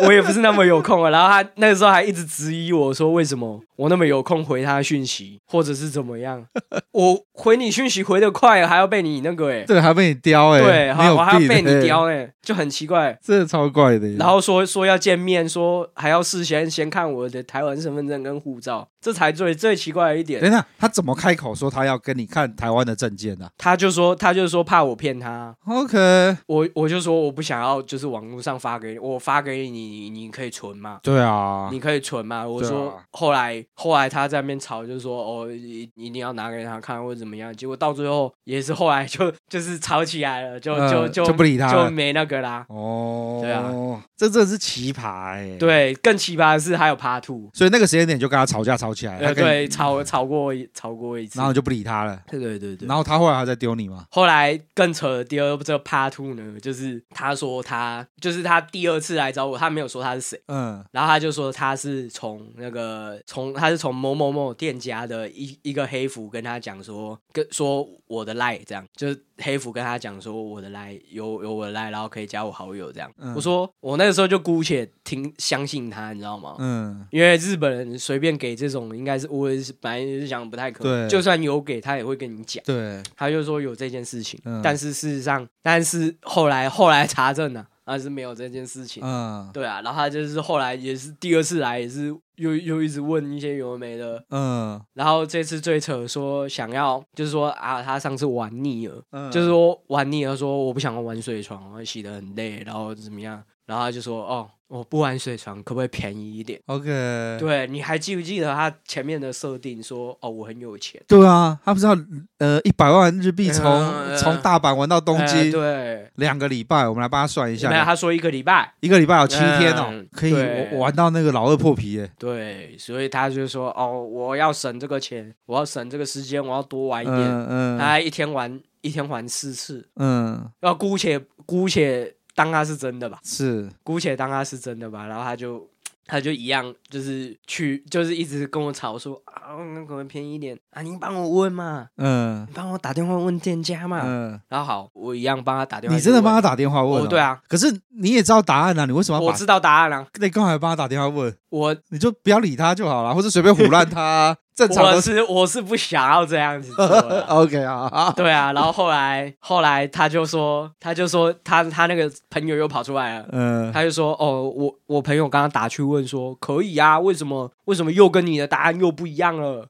D: 我也不是那么有空啊。然后他那个时候还一直质疑我说，为什么我那么有空回他讯息，或者是怎么样？ <laughs> 我回你讯息回的快，还要被你那个哎、
A: 对，还被你叼哎、
D: 对，
A: 没
D: 还
A: 有
D: 我还要
A: 病
D: 被
A: 欸嗯
D: 你刁哎、就很奇怪。
A: 这超怪的耶。
D: 然后说说要见面，说还要事先先看我的台湾身份证跟护照，这才最最奇怪的一点
A: 等。一下，他怎么开口说他要跟你看台湾的证件啊呢、
D: 他就说他就说怕我骗他，
A: o k
D: 我我就说我不想要，就是网络上发给你，我发给你，你你可以存吗？
A: 对啊，
D: 你可以存嘛？我
A: 对啊
D: 说、后来后来他在那边吵，就说哦一一定要拿给他看或者怎么样，结果到最后也是后来就 <laughs> 就是吵起来了，就、
A: 嗯
D: 就就
A: 就不理他了
D: 就没那个啦。
A: 哦，
D: 对啊，
A: 这真的是奇葩哎、，
D: 对，更奇葩的是还有 Part Two，
A: 所以那个时间点就跟他吵架吵起来，他
D: 呃，
A: 跟你，
D: 对，吵吵过一吵过一次
A: 然，后你就不理他了，
D: 对对对对
A: 然。后他后来还在丢你嘛，
D: 后来更扯的第二这个 Part Two 呢，就是他说他就是他第二次来找我，他没有说他是谁。
A: 嗯
D: 然后他就说他是从那个从他是从某某某店家的一一个黑服跟他讲说跟说我的赖这样，就是黑服跟他讲说我的赖有有我的赖，然后可以加我好友这样。
A: 嗯
D: 我说我那个时候就姑且听相信他，你知道吗？
A: 嗯，
D: 因为日本人随便给这种，应该是我也是本来就是想不太可能，
A: 对
D: 就算有给他也会跟你讲，
A: 对，
D: 他就说有这件事情，
A: 嗯
D: 但是事实上，但是后来后来查证了、啊，但是没有这件事情。
A: 嗯
D: 对啊，然后他就是后来也是第二次来，也是又又一直问一些有的没的，
A: 嗯
D: 然后这次最扯说想要就是说啊，他上次玩腻了，
A: 嗯，
D: 就是说玩腻了，说我不想玩水床，我洗得很累，然后怎么样，然后他就说哦，我不玩水床，可不可以便宜一点？
A: OK，
D: 对，你还记不记得他前面的设定说哦，我很有钱，
A: 对啊，他不知道呃一百万日币从
D: 嗯嗯
A: 从大阪玩到东
D: 哎
A: 京，
D: 对，
A: 两个礼拜，我们来帮他算一
D: 没有
A: 下，
D: 他说一个礼拜，
A: 一个礼拜有七天哦
D: 嗯，
A: 可以
D: 对
A: 我玩到那个老二破皮耶，
D: 对，所以他就说哦，我要省这个钱，我要省这个时间，我要多玩一点，
A: 嗯嗯
D: 他一天玩一天玩四次，
A: 嗯，
D: 要姑且姑且当他是真的吧，
A: 是
D: 姑且当他是真的吧。然后他就他就一样，就是去就是一直跟我吵说啊，那可能便宜一点啊，你帮我问嘛，
A: 嗯
D: 你帮我打电话问店家嘛。
A: 嗯，
D: 然后好，我啊一样帮他打电话。
A: 你真的帮他？打电话问
D: 哦，
A: 哦？
D: 对啊，
A: 可是你也知道答案啊，你为什么要
D: 我
A: 把
D: 知道答案了、
A: 那刚才帮他打电话问？
D: 我
A: 你就不要理他就好了，或者随便唬烂他啊，
D: <laughs>
A: 正常
D: 我
A: 都是。
D: 是我是不想要这样子做
A: <laughs>
D: 的
A: OK
D: <laughs>
A: 啊，
D: 对啊，然后后来后来他就说，他就说他他那个朋友又跑出来了，
A: 嗯
D: 他就说哦，我我朋友刚刚打去问说可以啊，为什么为什么又跟你的答案又不一样了？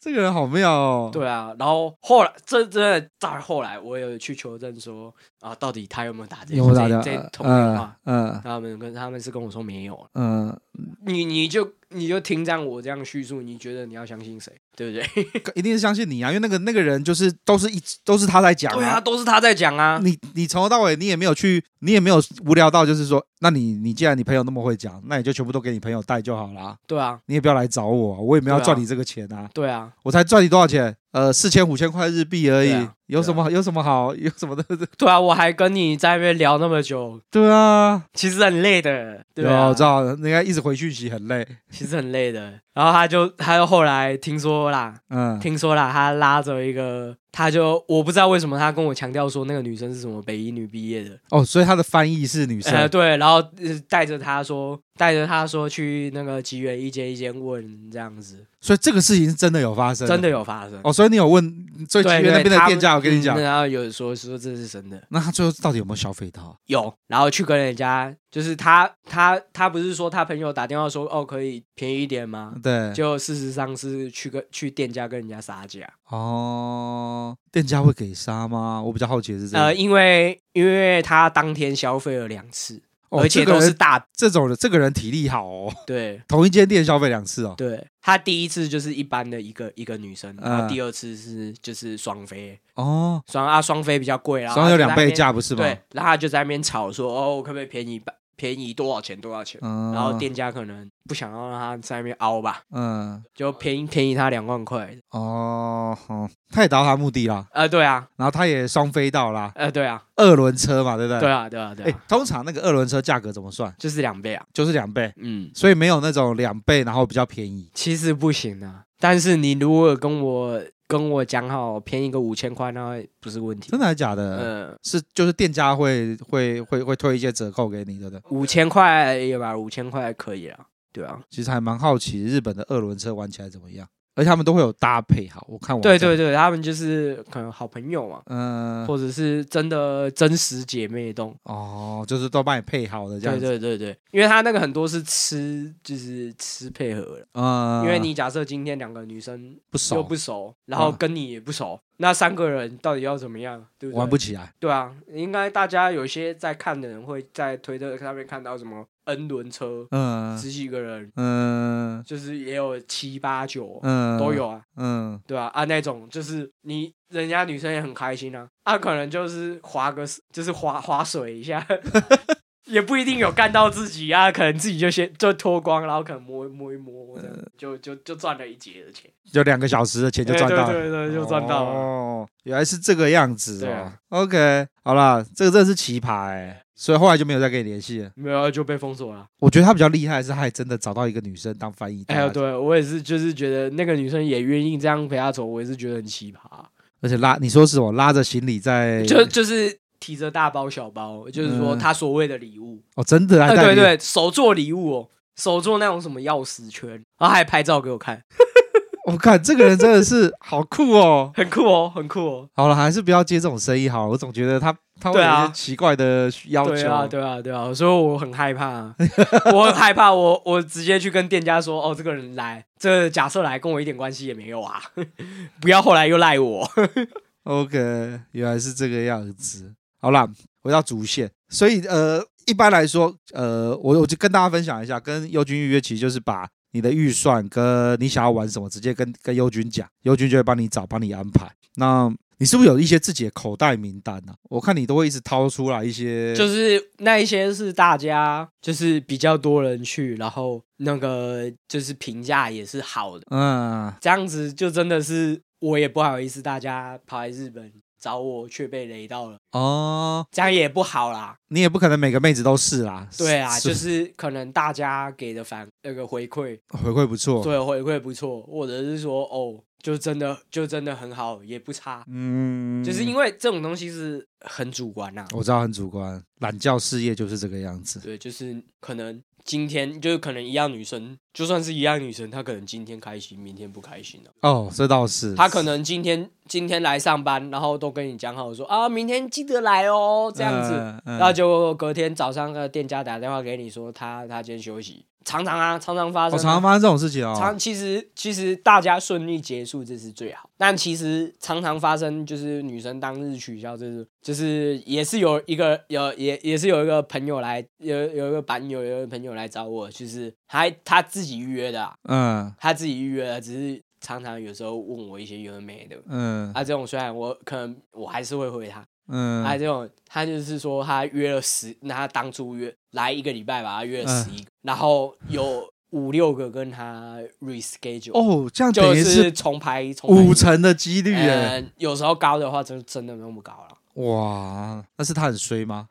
A: 这个人好妙哦。，
D: 对啊，然后后来这真的再后来我有去求证说啊，到底他有没有打这
A: 有没有打
D: 这
A: 掉？呃
D: 这通电话？
A: 嗯
D: 他们跟他们是跟我说没有了，
A: 嗯， <laughs>
D: 你你就你就听这样我这样叙述，你觉得你要相信谁，对不对？ <laughs>
A: 嗯一定是相信你啊，因为那个那个人就是都是一直都是他在讲
D: 对啊，。都是他在讲啊，
A: 你你从头到尾你也没有去，你也没有无聊到，就是说，那你你既然你朋友那么会讲，那你就全部都给你朋友带就好啦，
D: 对啊，
A: 你也不要来找我啊，我也没有
D: 对啊
A: 赚你这个钱啊，
D: 对啊，
A: 我才赚你多少钱？呃，四千五千块日币而已，
D: 对啊
A: 有什么有什么好有什么的？ <laughs>
D: 对啊，我还跟你在那边聊那么久，
A: 对啊，
D: 其实很累的，对
A: 有
D: 啊，
A: 我知道，应该一直回讯息很累。
D: 其实很累的。然后他就，他就后来听说啦，
A: 嗯，
D: 听说啦，他拉着一个，他就我不知道为什么他跟我强调说那个女生是什么北一女毕业的，
A: 哦，所以他的翻译是女生。
D: 呃，对，然后呃带着他说，带着他说去那个吉原一间一间问这样子，
A: 所以这个事情是真的有发生，
D: 真的有发生。
A: 哦。所以你有问，所以
D: 对，
A: 吉
D: 对，
A: 原那边的
D: 他
A: 店家，我跟你讲
D: 嗯，然后有说说这是真的，
A: 那他最后到底有没有消费到？啊
D: 有，然后去跟人家，就是他他他不是说他朋友打电话说哦可以便宜一点吗？
A: 对，
D: 就事实上是去跟去店家跟人家杀价，
A: 哦，店家会给杀吗？我比较好奇的是这
D: 呃，
A: 个，
D: 因为因为他当天消费了两次，
A: 哦
D: 而
A: 这
D: 且
A: 个
D: 都是
A: 人
D: 大
A: 这种的，这个人体力好哦，
D: 对
A: 同一间店消费两次哦。
D: 对，他第一次就是一般的一个一个女生，然后
A: 嗯
D: 第二次是就是双飞，
A: 哦，
D: 双啊双飞比较贵，然后
A: 然后有
D: 他就在
A: 两
D: 那
A: 倍
D: 边，
A: 价不是吗？
D: 对，然后他就在那边吵说哦，我可不可以便宜吧便宜多少钱多少钱？
A: 嗯，
D: 然后店家可能不想要让他在那边凹吧，
A: 嗯
D: 就便宜便宜他两万块。
A: 哦，好，他也达到他目的啦，
D: 呃，对啊，
A: 然后他也双飞到啦，
D: 呃，对啊，
A: 二轮车嘛，对不对？
D: 对。啊，对啊，对
A: 哎
D: 啊，，
A: 通常那个二轮车价格怎么算？
D: 就是两倍啊，
A: 就是两倍，
D: 嗯。
A: 所以没有那种两倍然后比较便宜。
D: 其实不行啊，但是你如果跟我跟我讲好便宜个五千块，那不是问题。
A: 真的还是假的？
D: 呃，
A: 是就是店家会会会会推一些折扣给你，对不对？
D: 五千块也吧，五千块可以啊，对啊，
A: 其实还蛮好奇日本的二轮车玩起来怎么样，而且他们都会有搭配好，我看我
D: 对对，对，他们就是可能好朋友嘛，
A: 嗯、
D: 或者是真的真实姐妹洞。
A: 哦，就是都帮你配好的这样子，
D: 对对对对，因为他那个很多是吃，就是吃配合的。
A: 嗯、
D: 因为你假设今天两个女生
A: 不熟嗯
D: 又不熟，然后跟你也不熟，那三个人到底要怎么样？对不对？
A: 玩不起来，
D: 对啊，应该大家有些在看的人会在推特上面看到什么 N 轮车，
A: 嗯
D: 十几个人，
A: 嗯
D: 就是也有七八九、
A: 嗯，
D: 都，有啊，
A: 嗯
D: 对啊，啊那种就是你人家女生也很开心啊，啊可能就是划个就是划划水一
A: <laughs>
D: 下，也不一定有干到自己啊，可能自己就先就脱光，然后可能摸一摸一摸，这样就就就赚了一节的钱，哎
A: 就两个小时的呃钱就赚到了。
D: 对对对，对就赚到了。
A: 哦，原来是这个样子
D: 对
A: 哦
D: 啊。
A: OK，好啦，这个真的是奇葩哎，所以后来就没有再跟你联系了。
D: 没有就被封锁了。
A: 我觉得他比较厉害，是他还真的找到一个女生当翻译。
D: 哎呦，，对我也是，就是觉得那个女生也愿意这样陪他走，我也是觉得很奇葩。
A: 而且拉你说是我拉着行李在，
D: 就就是提着大包小包，就是说
A: 嗯
D: 他所谓的礼物，
A: 哦，真的
D: 哎、
A: 还带
D: 对
A: 你，
D: 对，手做礼物哦，手做那种什么钥匙圈，然后还拍照给
A: <laughs>
D: 我看，
A: 我看这个人真的是好酷哦。 <laughs>
D: 很酷哦，很酷哦。
A: 好了，还是不要接这种生意好了。我总觉得他他会有
D: 对啊
A: 一些奇怪的要
D: 对
A: 求。
D: 啊，对啊，对啊，所以我很害怕，啊 <laughs> 我很害怕，我我直接去跟店家说，哦，这个人来，这个假设来跟我一点关系也没有啊， <laughs> 不要后来又赖我。
A: OK，原来是这个样子。好啦，回到主线，所以呃，一般来说，呃，我我就跟大家分享一下，跟优君预约其实就是把你的预算跟你想要玩什么，直接跟跟优君讲，优君就会帮你找，帮你安排。那你是不是有一些自己的口袋名单呢、我看你都会一直掏出来一些，
D: 就是那一些是大家就是比较多人去，然后那个就是评价也是好的，
A: 嗯，
D: 这样子就真的是我也不好意思，大家跑来日本找我却被雷到了，
A: 哦，
D: 这样也不好啦。
A: 你也不可能每个妹子都是啦，
D: 对啊，
A: 是
D: 就是可能大家给的反那个回馈，
A: 回馈不错，
D: 对回馈不错，或者是说哦，就真的就真的很好，也不差，
A: 嗯，
D: 就是因为这种东西是很主观呐、
A: 我知道很主观，懒觉事业就是这个样子。
D: 对，就是可能今天就是可能一样女生，就算是一样女生，她可能今天开心，明天不开心了、啊
A: 哦，这倒是，
D: 她可能今天今天来上班，然后都跟你讲好说啊，明天记得来哦，这样子。
A: 嗯嗯
D: 那就隔天早上，那个店家打电话给你说他他今天休息，常常啊，常常发
A: 我
D: 生啊、
A: 哦常常发生这种事情哦。
D: 常其实其实大家顺利结束这是最好，但其实常常发生就是女生当日取消，就是就是也是有一个有也也是有一个朋友来有有一个版友有一个朋友来找我，就是他他自己预约的啊、
A: 嗯
D: 他自己预约的，只是常常有时候问我一些有的没的。
A: 嗯
D: 啊，这种虽然我可能我还是会回他，啊，
A: 嗯，
D: 这种他就是说他约了十，那他当初约来一个礼拜吧，他约了
A: 嗯
D: 十一个，然后有五六个跟他 reschedule，
A: 哦，这样等
D: 就
A: 于
D: 是
A: 是
D: 重排重排
A: 五成的几率耶！
D: 嗯，有时候高的话真真的没那么高了，
A: 哇，那是他很衰吗？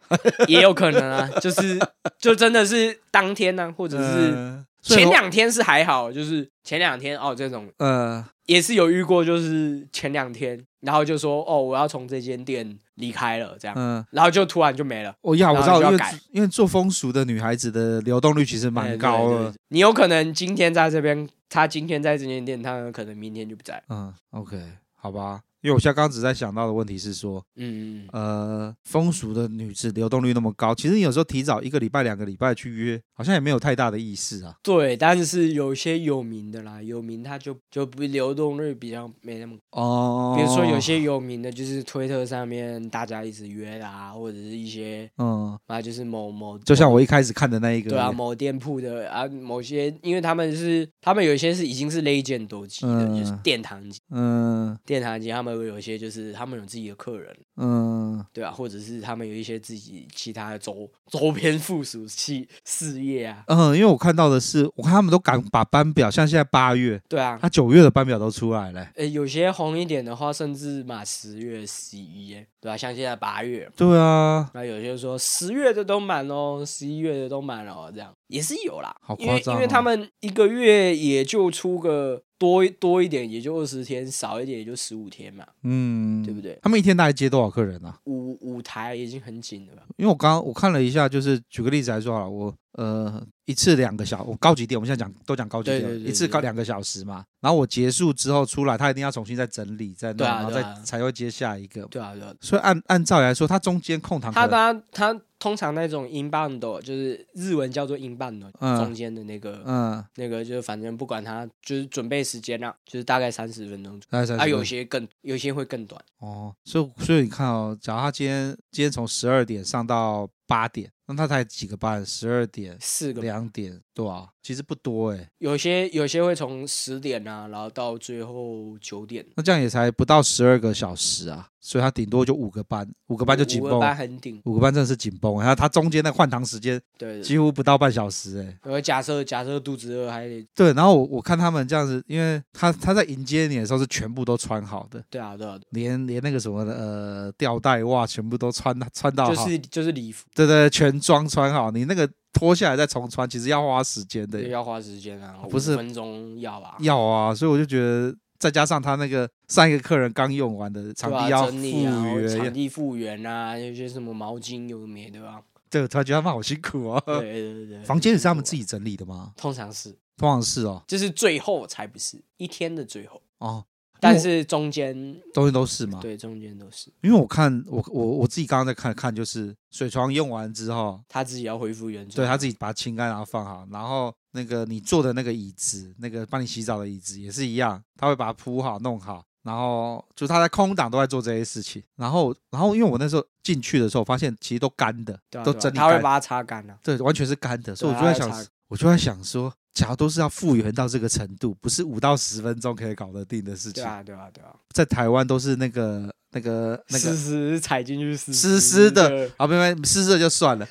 D: 也有可能啊， <laughs> 就是就真的是当天呢、或者是
A: 嗯所以
D: 前
A: 我
D: 两天是还好，就是前两天哦这种
A: 呃，
D: 也是有遇过，就是前两天，然后就说哦我要从这间店离开了这样，
A: 嗯，
D: 然后就突然就没了。
A: 哦呀，
D: 然后
A: 我知道，
D: 就要
A: 因为
D: 改
A: 因为做风俗的女孩子的流动率其实
D: 哎
A: 蛮高。
D: 对对
A: 的
D: 对。你有可能今天在这边，他今天在这间店，他可能明天就不在。
A: 嗯，OK，好吧。因为我现在刚刚只在想到的问题是说，
D: 嗯，
A: 呃，风俗的女子流动率那么高，其实你有时候提早一个礼拜、两个礼拜去约，好像也没有太大的意思啊。
D: 对，但是有些有名的啦，有名他就就不流动率比较没那么
A: 哦
D: 比如说有些有名的，就是推特上面大家一直约啦，或者是一些
A: 嗯，
D: 啊，就是某某，
A: 就像我一开始看的那一个，
D: 对啊，某店铺的啊，某些因为他们是他们有一些是已经是 legend 多级的，
A: 嗯
D: 就是殿堂级，
A: 嗯
D: 殿堂级他们有一些就是他们有自己的客人，
A: 嗯
D: 对啊，或者是他们有一些自己其他的周周边附属系事业啊，
A: 嗯，因为我看到的是，我看他们都敢把班表，像现在八月，
D: 对啊，
A: 他九月的班表都出来了、
D: 呃，有些红一点的话，甚至嘛十月、十一耶，对吧、像现在八月，
A: 对啊，
D: 那有些说十月的都满喽，十一月的都满了，这样也是有啦。
A: 好
D: 因为
A: 夸张
D: 因为他
A: 哦
D: 们一个月也就出个多多一点，也就二十天；少一点也就十五天嘛，
A: 嗯，
D: 对不对？
A: 他们一天大概接多少客人啊？
D: 舞舞台已经很紧了吧？
A: 因为我刚刚我看了一下，就是举个例子来说好了，我呃一次两个小，我高级店，我们现在讲都讲高级店，
D: 对对对
A: 一次
D: 对
A: 高两个小时嘛，然后我结束之后出来，他一定要重新再整理再弄，
D: 对啊
A: 然后
D: 对
A: 再、
D: 啊
A: 才会接下一个。
D: 对啊，对啊。
A: 所以按按照理来说，他中间空堂可
D: 他
A: 能
D: 他他通常那种 inbound 就是日文叫做 inbound，、
A: 嗯
D: 中间的那个、
A: 嗯，
D: 那个就是反正不管他就是准备时间啊，就是大概三十分钟左
A: 大概三
D: 右，
A: 十
D: 啊有
A: 分
D: 些更有些会更短。
A: 哦，所以所以你看哦，假如他今天今天从十二点上到八点，那他才几个班？十二点、
D: 四个
A: 两点，对啊，其实不多哎、
D: 有些有些会从十点啊，然后到最后九点，
A: 那这样也才不到十二个小时啊，所以他顶多就五个班，五个班就紧
D: 五
A: 绷
D: 个班
A: 了，
D: 很顶，
A: 五个班真的是紧绷欸，然后他中间那换堂时间
D: 对对。
A: 几乎不到半小时哎、
D: 我假设假设肚子饿还得，
A: 对，然后我我看他们这样子，因为他他在迎接你的时候是全部都穿好的，
D: 对啊对啊，对
A: 连连那个什么的呃吊带袜全部都穿穿到
D: 啊
A: 好，
D: 就是就是礼服，
A: 对对，全装穿好，你那个脱下来再重穿，其实要花时间的
D: 对，
A: 耶，
D: 要花时间啊，
A: 哦不是
D: 5分钟要啊，
A: 要啊，所以我就觉得。再加上他那个上一个客人刚用完的场
D: 对
A: 地
D: 啊
A: 要复
D: 整理啊，
A: 原，
D: 场地复原啊，有些什么毛巾有的没的啊，
A: 对，我突然觉得他们好辛苦哦。
D: 对对对对，
A: 房间也是他们自，
D: 辛苦啊
A: 己整理的吗？
D: 通常是
A: 通常是哦，
D: 就是最后才不是一天的最后，
A: 哦，
D: 但是中间
A: 东西都是嘛。
D: 对中间都是
A: 因为我看我我我自己刚刚在看看，就是水床用完之后，
D: 他自己要恢复原状。
A: 对他自己把它清干，然后放好，然后那个你坐的那个椅子，那个帮你洗澡的椅子也是一样，他会把它铺好弄好，然后就他在空档都在做这些事情。然后，然后因为我那时候进去的时候，发现其实都干的，
D: 对啊，
A: 都
D: 对啊
A: 整理
D: 他会
A: 干，
D: 把它擦干啊。
A: 对，完全是干的，所以我
D: 对啊
A: 就在
D: 他会
A: 想
D: 擦，
A: 我就在想说，假如都是要复原到这个程度，不是五到十分钟可以搞得定的事
D: 对
A: 情，
D: 啊，对啊，对啊，
A: 在台湾都是那个那个那个
D: 湿湿踩进去湿
A: 湿湿
D: 嗯
A: 的，啊，没没湿湿的就算了，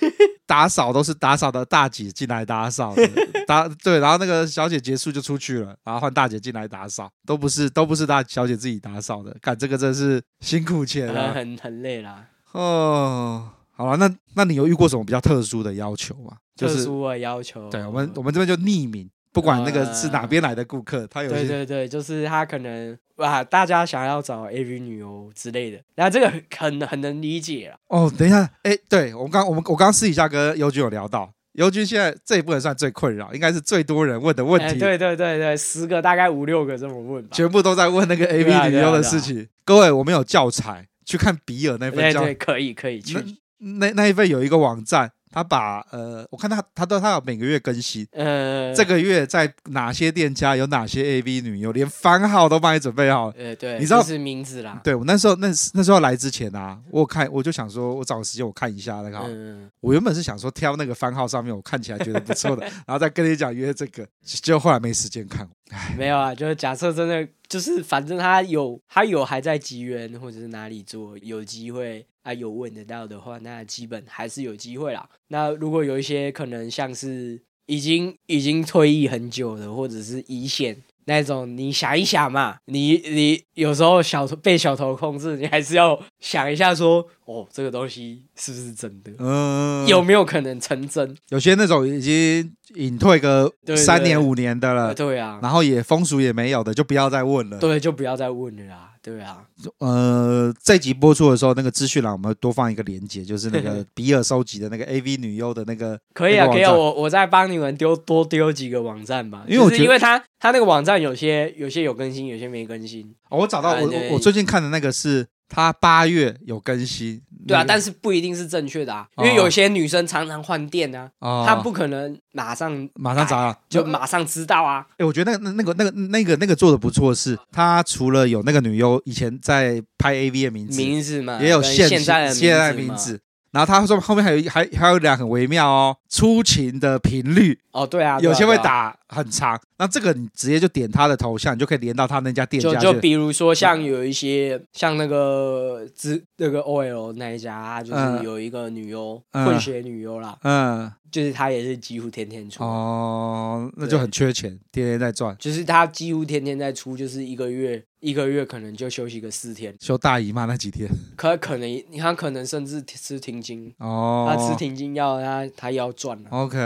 A: 打扫都是打扫的大姐进来打扫的，打对，然后那个小姐结束就出去了，然后换大姐进来打扫，都不是都不是大小姐自己打扫的，看这个真是辛苦钱
D: 很
A: 啊！
D: 很很累啦。
A: 哦，好了，那那你有遇过什么比较特殊的要求吗？就
D: 特
A: 是
D: 殊的要求，
A: 对我们我们这边就匿名，不管那个是哪边来的顾客，他有
D: 对
A: 一些
D: 对对，就是他可能哇，大家想要找 AV 女优之类的，那这个很很能理解啦。
A: 哦，等一下，哎，对我们刚我们我刚私底下跟尤军有聊到。尤军现在这也不能算最困扰，应该是最多人问的问
D: 哎，
A: 题。
D: 对对对对，十个大概五六个这么问吧。
A: 全部都在问那个 A
D: 对啊
A: V 女优的事情。各位，我们有教材，去看比尔那份
D: 哎对
A: 教
D: 对，可以可以去
A: 那。那那一份有一个网站，他把呃，我看他他都他有每个月更新，
D: 呃，
A: 这个月在哪些店家有哪些 A V 女优，连番号都帮你准备好了。
D: 呃对，啊
A: 你知道
D: 就是名字啦。
A: 对我那时候那那时候来之前啊，我有看我就想说，我找个时间我看一下那个号。
D: 嗯，
A: 我原本是想说挑那个番号上面我看起来觉得不错
D: <laughs>
A: 的，然后再跟你讲约这个，结果后来没时间看。
D: 没有啊，就是假设真的就是，反正他有他有还在集源或者是哪里做，有机会啊有问得到的话，那基本还是有机会啦。那如果有一些可能像是已经已经退役很久的，或者是乙险那种，你想一想嘛，你你有时候小偷被小偷控制，你还是要想一下说，哦，这个东西是不是真的，
A: 嗯，
D: 有没有可能成真？
A: 有些那种已经隐退个
D: 对对
A: 三年五年的了
D: 呃，对啊，
A: 然后也风俗也没有的，就不要再问了。，
D: 对，就不要再问了啦，对啊。
A: 呃，这集播出的时候，那个资讯栏我们会多放一个连接，就是那
D: <laughs>
A: 个比尔收集的那个 AV 女优的那个，
D: 可以啊，
A: 那个
D: 可
A: 网
D: 以啊，
A: 站
D: 我我再帮你们丢多丢几个网站吧，
A: 因为我觉
D: 就是
A: 得
D: 因为他他那个网站有些有些有更新，有些没更新，
A: 哦、我找到
D: 啊
A: 我
D: 对
A: 我我最近看的那个是他八月有更新，
D: 对啊，
A: 那个
D: 但是不一定是正确的啊，
A: 嗯
D: 因
A: 哦
D: 为有些女生常常换店啊，
A: 哦
D: 她不可能马上
A: 马上砸了。啊
D: 就马上知道啊，
A: 哎、我觉得那那那个那个那个那个做的不错是，他除了有那个女优以前在拍 AV 的名字，
D: 名字嘛，
A: 也有
D: 啊跟
A: 现
D: 现在的
A: 现在
D: 嘛
A: 名，字。然后他说后面还有一还还有两个很微妙哦，出勤的频率，
D: 哦，对啊，对啊
A: 有些会
D: 对啊
A: 打很长，那这个你直接就点他的头像，你就可以连到他那家店
D: 就
A: 家
D: 就
A: 去。
D: 比如说像有一些像那个之那个 OL 那一家啊，就是
A: 嗯
D: 有一个女优
A: 嗯
D: 混血女优啦，
A: 嗯，
D: 就是她也是几乎天天出，
A: 哦，那就很缺钱，天天在赚，
D: 就是他几乎天天在出，就是一个月一个月可能就休息个四天，
A: 休大姨妈那几天。
D: 可可能你看可能甚至吃停经，
A: 哦，
D: 他吃停经药，他他要赚啊。
A: OK，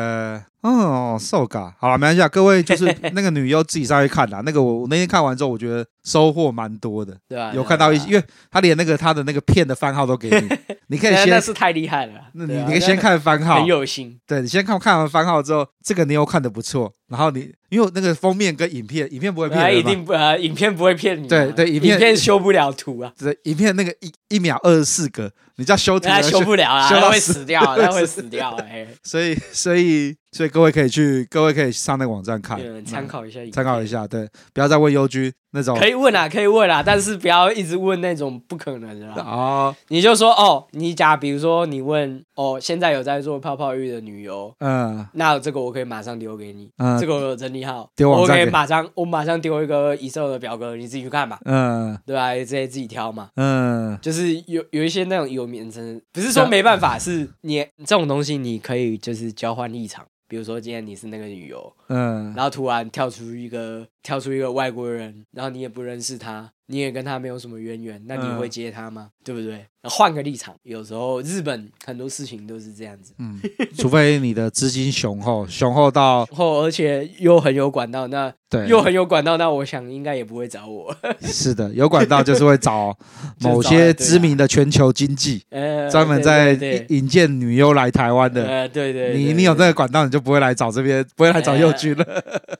A: 哦，受嘎，好了，没关系啊，各位
D: <laughs>
A: 就是那个女优自己上去看啦。那个我我那天看完之后，我觉得收获蛮多的，
D: 对啊，
A: 有看到一，些，因
D: 为
A: 为他连那个他的那个片的番号都给你，
D: <laughs>
A: 你可以
D: 那
A: 先，
D: 是太厉害了啊，
A: 那你
D: 对啊
A: 你可以先，看番
D: 那
A: 号
D: 很，有心，
A: 对你先看看完番号之后，这个你又看的不错，然后你因为那个封面跟影片，影片不会骗
D: 他
A: 人
D: 一
A: 嘛
D: 定不呃，影片不会骗你啊，
A: 对对
D: 影
A: 影片
D: 修不了图啊，
A: 对，影片那个一一秒二十四个，你叫修图
D: 他修不了啊，
A: 修到
D: 他会
A: 死
D: 死掉啊，
A: <laughs>
D: 他会死掉啊，哎，
A: 所以所以所以各位可以去，各位可以上那个网站看，
D: 嗯参考一下，
A: 啊参考一。下，对，不要再问优居那种
D: 可以问啊，可以问啊，但是不要一直问那种不可能的啦。啊
A: 哦，
D: 你就说哦，你假比如说你问哦，现在有在做泡泡浴的女优，
A: 嗯
D: 那这个我可以马上丢给你，
A: 嗯
D: 这个我有整理好，
A: 丢网
D: 我
A: 站
D: 可以
A: 给
D: 马上我马上丢一个 Excel 的表格，你自己去看嘛，
A: 嗯
D: 对吧、啊？直接自己挑嘛。
A: 嗯，
D: 就是有有一些那种有名称，不是说
A: 对
D: 没办法，是你这种东西你可以就是交换立场。比如说今天你是那个女优，
A: 嗯
D: 然后突然跳出一个跳出一个外国人，然后你也不认识他，你也跟他没有什么渊源，那你
A: 嗯
D: 会接他吗？对不对？换个立场，有时候日本很多事情都是这样子，
A: 嗯，除非你的资金雄厚，雄厚到
D: 然哦后而且又很有管道，那
A: 对，
D: 又很有管道，那我想应该也不会找我。 <laughs>
A: 是的，有管道就是会找
D: 就是
A: 某
D: 找
A: 些
D: 来对
A: 知
D: 啊
A: 名的全球经济，
D: 呃，
A: 专门在
D: 对对
A: 引引荐女优来台湾
D: 对
A: 的。
D: 呃，对对，对
A: 你你有这个管道，你就不会来找这边，不会来找
D: 哎
A: 幼居了。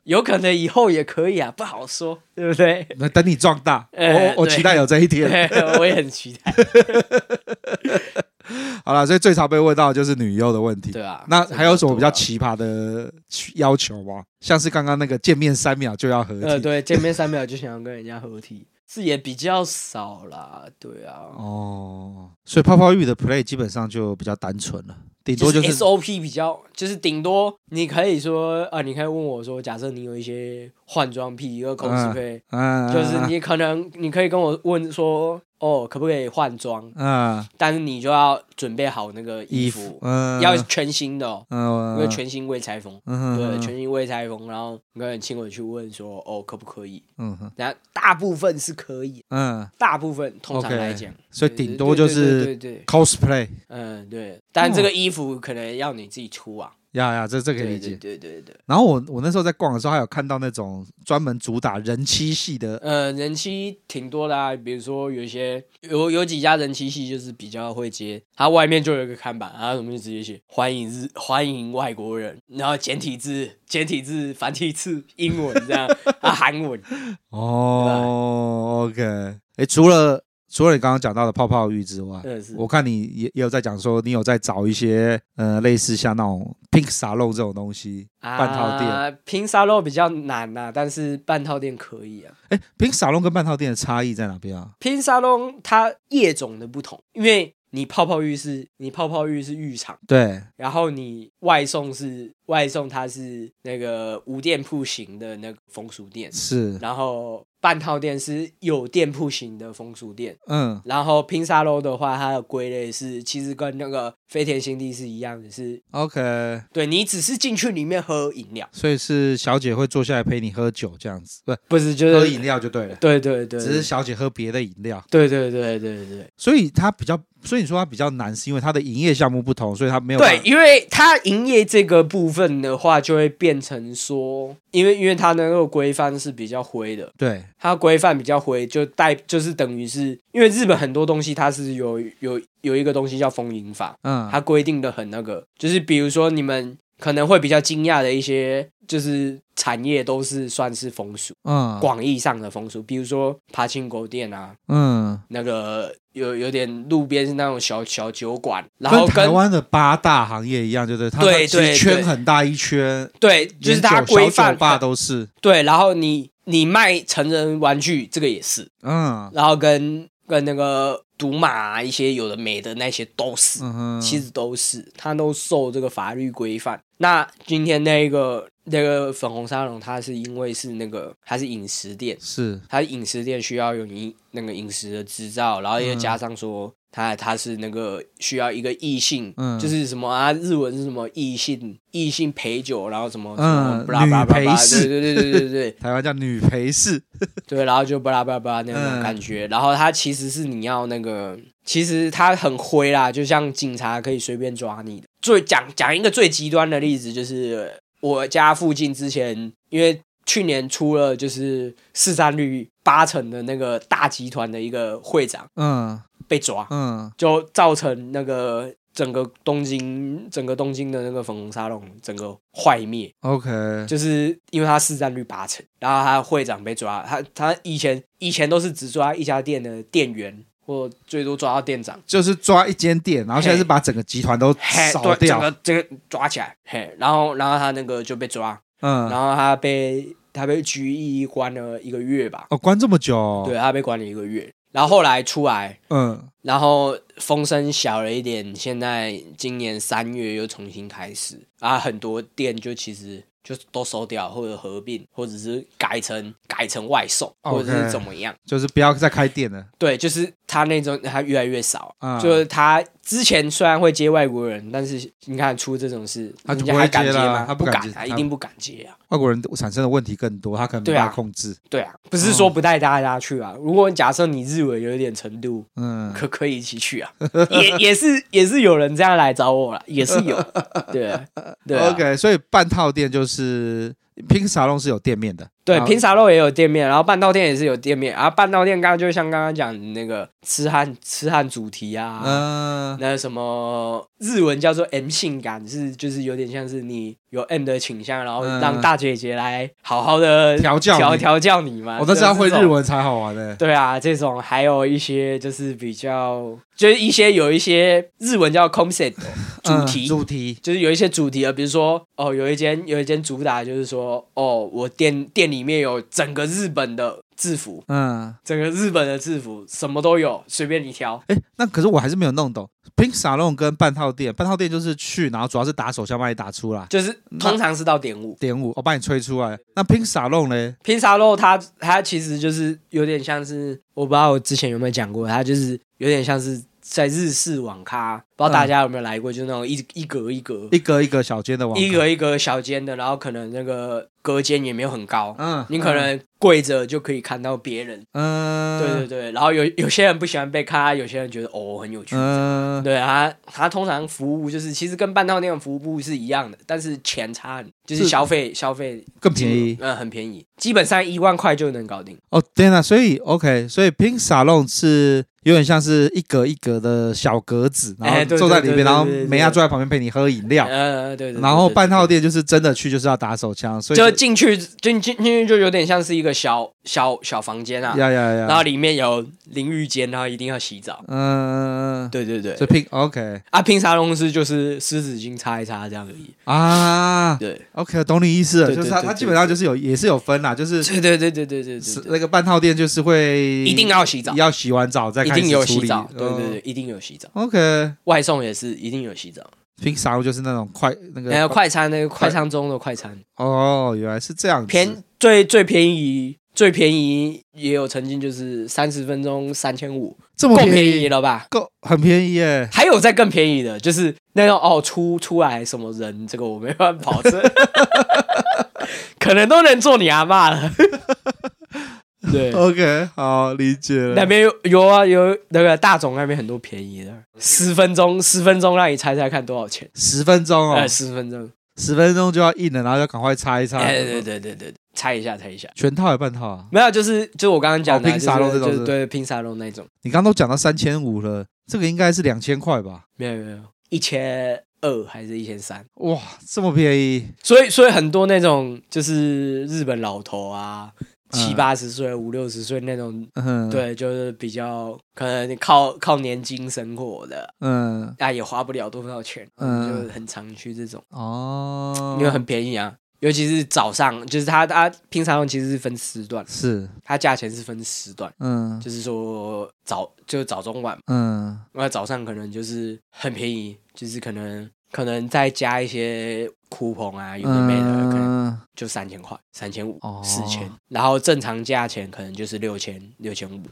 D: 有可能以后也可以以啊，不好说，对不对？ <laughs>
A: 那 <laughs> 等你壮大，
D: 呃
A: 我我
D: 对
A: 期待有这一天。
D: 对，我也很期待。 <laughs>
A: 好了，所以最常被问到的就是女优的问题。
D: 对啊
A: 那还有什么比较
D: 这
A: 奇葩的要求吗？像是刚刚那个见面三秒就要合体，
D: 呃，对，见面三秒就想要跟人家合体，是也比较少啦，对啊，
A: 哦，所以泡泡浴的 play 基本上就比较单纯了，顶多
D: 就
A: 就是是
D: SOP 比较，就是顶多你可以说啊、你可以问我说，假设你有一些换装癖或 cosplay，、
A: 嗯，
D: 就是你可能你可以跟我问说，哦，可不可以换装？
A: 嗯
D: 但是你就要准备好那个衣
A: 衣
D: 服，
A: 服，嗯
D: 要全新的、哦，因
A: 嗯
D: 为全新未拆封。
A: 嗯
D: 对，全新未拆封，然后你可以亲口去问说，哦，可不可以？
A: 嗯哼
D: 然后大部分是可以，
A: 嗯，
D: 大部分通常
A: OK
D: 来讲，
A: 所以
D: 对
A: 顶多就
D: 对对
A: 是
D: 对对对
A: cosplay，
D: 嗯对，但这个衣服可能要你自己出啊，
A: 呀呀，这这可以
D: 对
A: 理
D: 对
A: 解。
D: 对对对，
A: 然后我我那时候在逛的时候，还有看到那种专门主打人妻系的，
D: 呃，人妻挺多的啊，比如说有一些有有几家人妻系就是比较会接，它外面就有一个看板，然后我们就直接写欢迎日欢迎外国人，然后简体字简体字繁体字英文
A: <laughs>
D: 这样啊韩文，
A: 哦，OK，哎，除了除了你刚刚讲到的泡泡浴之外，
D: 嗯是
A: 我看你也也有在讲说，你有在找一些呃类似像那种 pink salon 这种东西半套店。
D: 啊，拼沙漏比较难呐、但是半套店可以啊。
A: 哎，pink salon 跟半套店的差异在哪边啊？
D: 拼沙龙它业种的不同，因为你泡泡浴是你泡泡浴是浴场，
A: 对，
D: 然后你外送是外送，它是那个无店铺型的那个风俗店，
A: 是，
D: 然后半套店是有店铺型的风俗店。
A: 嗯，
D: 然后拼沙漏的话，它的归类是其实跟那个飞田新地是一样的，是
A: OK，
D: 对你只是进去里面喝饮料，
A: 所以是小姐会坐下来陪你喝酒这样子，不
D: 不是就
A: 喝
D: 是
A: 饮料就对了，
D: 对对对，
A: 只是小姐喝别的饮料。
D: 对对对对对
A: 所以它比较，所以你说它比较难，是因为它的营业项目不同，所以它没有办
D: 对
A: 法，
D: 因为它营业这个部分的话，就会变成说，因为因为它那个规范是比较灰的，
A: 对
D: 它规范比较灰，就代就是等于是因为日本很多东西它是有有有一个东西叫风营法，
A: 嗯，
D: 它规定的很那个，就是比如说你们可能会比较惊讶的一些就是产业都是算是风俗，
A: 嗯
D: 广义上的风俗，比如说爬青狗店啊，
A: 嗯，
D: 那个有有点路边是那种小小酒馆，然后
A: 跟台
D: 跟
A: 湾的八大行业一样，就对，它
D: 对
A: 其实
D: 对对
A: 圈很大一圈，
D: 对，就是它
A: 连酒小
D: 规范
A: 酒吧都是，
D: 对，然后你你卖成人玩具这个也是，
A: 嗯
D: 然后跟跟那个赌马、啊、一些有的没的那些都是，
A: 嗯哼，
D: 其实都是它都受这个法律规范。那今天那个那个粉红沙龙，它是因为是那个它是饮食店，
A: 是
D: 它饮食店需要有饮那个饮食的执照，然后又加上说它它是那个需要一个异性，
A: 嗯
D: 就是什么啊，日文是什么异性异性陪酒，然后什么什么
A: 嗯
D: 巴拉巴拉巴
A: 女
D: 拉，
A: 陪侍
D: 对对对对对对对
A: 台湾叫女陪侍，
D: 对，然后就巴拉巴拉巴拉那
A: 嗯
D: 种感觉，然后它其实是你要那个，其实它很灰啦，就像警察可以随便抓你的。最讲讲一个最极端的例子，就是我家附近之前因为。去年出了就是市占率八成的那个大集团的一个会长
A: 嗯
D: 被抓，
A: 嗯
D: 就造成那个整个东京整个东京的那个粉红沙龙整个坏灭，
A: ，OK，
D: 就是因为他市占率八成，然后他会长被抓，他他以前以前都是只抓一家店的店员，或最多抓到店长。
A: 就是抓一间店，然后现在是把整个集团都
D: 嘿，
A: 扫
D: 对，整
A: 掉，
D: 个整个抓起来，嘿，然后然后他那个就被抓，
A: 嗯
D: 然，后他被他被拘役关了一个月吧，
A: 哦，关这么久哦，
D: 对他被关了一个月，然后后来出来，
A: 嗯，
D: 然后风声小了一点，现在今年三月又重新开始啊，很多店就其实就都收掉，或者合并，或者是改成改成外送，
A: 哦 OK
D: 或者是怎么样。
A: 就是不要再开店了，
D: 对，就是他那种他越来越少，
A: 啊
D: 就是他之前虽然会接外国人，但是你看出这种事，
A: 他就
D: 人家
A: 不会
D: 还敢
A: 接
D: 接
A: 啦
D: 吗？
A: 他不
D: 不
A: 敢
D: 敢
A: 接
D: 啊，
A: 他
D: 一定不敢接啊。
A: 外国人产生的问题更多，他可能没
D: 对啊
A: 办法控制，
D: 对啊，不是说不带大家去啊。如果假设你日文有一点程度，
A: 嗯，
D: 可可以一起去啊， <laughs> 也也是也是有人这样来找我了，也是有，对对
A: <laughs>
D: 啊
A: OK，所以半套店就是 Pink Salon 是有店面的，
D: 对，
C: 好
D: 平沙肉也有店面，然后半道店也是有店面，啊，半道店刚刚就像刚刚讲那个痴汉痴汉主题啊，
C: 嗯，
D: 那什么日文叫做 M 性感，是就是有点像是你有 M 的倾向，然后
C: 嗯
D: 让大姐姐来好好的
A: 调教
D: 调
A: 你哦
D: 调教你嘛。
A: 我都知道会
D: 这种
A: 日。文才好玩欸呢。
D: 对啊，这种还有一些就是比较，就是一些有一些日文叫 concept 主题，
A: 嗯主题
D: 就是有一些主题啊，比如说哦，有一间有一间主打就是说哦，我店店里面有整个日本的制服，
C: 嗯，
D: 整个日本的制服什么都有，随便你挑。
A: 哎，那可是我还是没有弄懂 Pink Salon 跟半套店，半套店就是去，然后主要是打手枪把你打出来，
D: 就是通常是到点五，
A: 点五我把你吹出来。那 Pink Salon 呢？
D: 拼沙肉它它其实就是有点像是，我不知道我之前有没有讲过，它就是有点像是在日式网咖，不知道大家有没有来过，就是那种一一格一格
A: 一格一格小间的网，
D: 一格一格小间的，然后可能那个隔间也没有很高，
C: 嗯
D: 你可能跪着就可以看到别人，
C: 嗯，
D: 对对对，然后有有些人不喜欢被看啊，有些人觉得哦很有趣。
C: 嗯，
D: 对啊，它通常服务就是其实跟半套店服务部是一样的，但是钱差很，就是
A: 是
D: 消费消费
A: 更便宜。
D: 嗯，很便宜，基本上一万块就能搞定。
A: 哦，天哪！所以 OK，所以 Pink Salon 是有点像是一格一格的小格子，然
D: 哎
A: 后
D: 对
A: 坐在
D: 对
A: 里
D: 对
A: 面，然后
D: 对对对
A: 梅亚坐在旁边陪你喝饮料，
D: 呃，对对对
A: 然后
D: 对
A: 半套店就是真的去就是要打手枪，所以
D: 就进去，进进进去就有点像是一个小小小房间啊，
A: 呀呀
D: 然后
A: 呀，
D: 里面有淋浴间，然后一定要洗澡。
A: 嗯，
D: 对对对
A: 所，以 Pink OK
D: 啊，拼沙龙是就是湿纸巾擦一擦这样而已。
A: 啊
D: 对，
A: ，OK，懂你意思了，
D: 对对
A: 就是它
D: 对
A: 它
D: 对
A: 基本上就是有也是有分啦，就是
D: 对对对对对对
A: 是
D: 对对，
A: 那个半套店就是会
D: 一定要洗澡，
A: 要洗完澡再
D: 一
A: 开始
D: 定有
A: 处
D: 洗
A: 理
D: 澡，对对对
A: 嗯，
D: 一定有洗澡。
A: ，OK，Pink
D: 外送也是一定有洗澡，
A: Salon 就是那种快那
D: 还有
A: 个
D: 快餐那个快餐中的快餐，
A: 哦，原来是这样子，
D: 便最最便宜最便宜也有曾经就是三十分钟三千五，
A: 这么
D: 够
A: 便
D: 便
A: 宜
D: 宜了吧？
A: 够很便宜耶。
D: 还有再更便宜的，就是那种哦出出来什么人，这个我没办法保
A: <laughs>
D: 证，可能都能做你阿妈了。 <laughs> 对，
A: OK，好，理解
D: 那
A: 了。
D: 边有有啊有那个大总那边很多便宜的，十分钟十分钟让你猜猜看多少钱？
A: 十分钟哦
D: 呃，，十分钟，
A: 十分钟就要印了，然后要赶快擦一擦。
D: 哎对对对对，猜一下猜一下。
A: 全套还是半套啊？
D: 没有，就是就我刚刚讲的啊，
A: 哦拼沙漏
D: 就是
A: 这种
D: 就是
A: 是
D: 对拼沙漏那种，
A: 你刚刚都讲到三千五了，这个应该是两千块吧？
D: 没有没有一千二还是一千三？
A: 哇，这么便宜！
D: 所以，所以很多那种就是日本老头啊，
A: 嗯
D: 七八十岁、五六十岁那种，
A: 嗯，，
D: 对，就是比较可能靠靠年金生活的，啊
A: 嗯，
D: 那、也花不了多少钱，
A: 嗯
D: 就很常去这种，
A: 哦，
D: 因为很便宜啊。尤其是早上，就是它它平常用其实是分时段，
A: 是，
D: 它价钱是分时段，
A: 嗯
D: 就是说早就早中晚嘛，
A: 嗯
D: 那早上可能就是很便宜，就是可能可能再加一些คู棚啊，有的没的，可能
A: 嗯，
D: 就三千块，三千五
A: 哦，
D: 四千，然后正常价钱可能就是六千、六千五。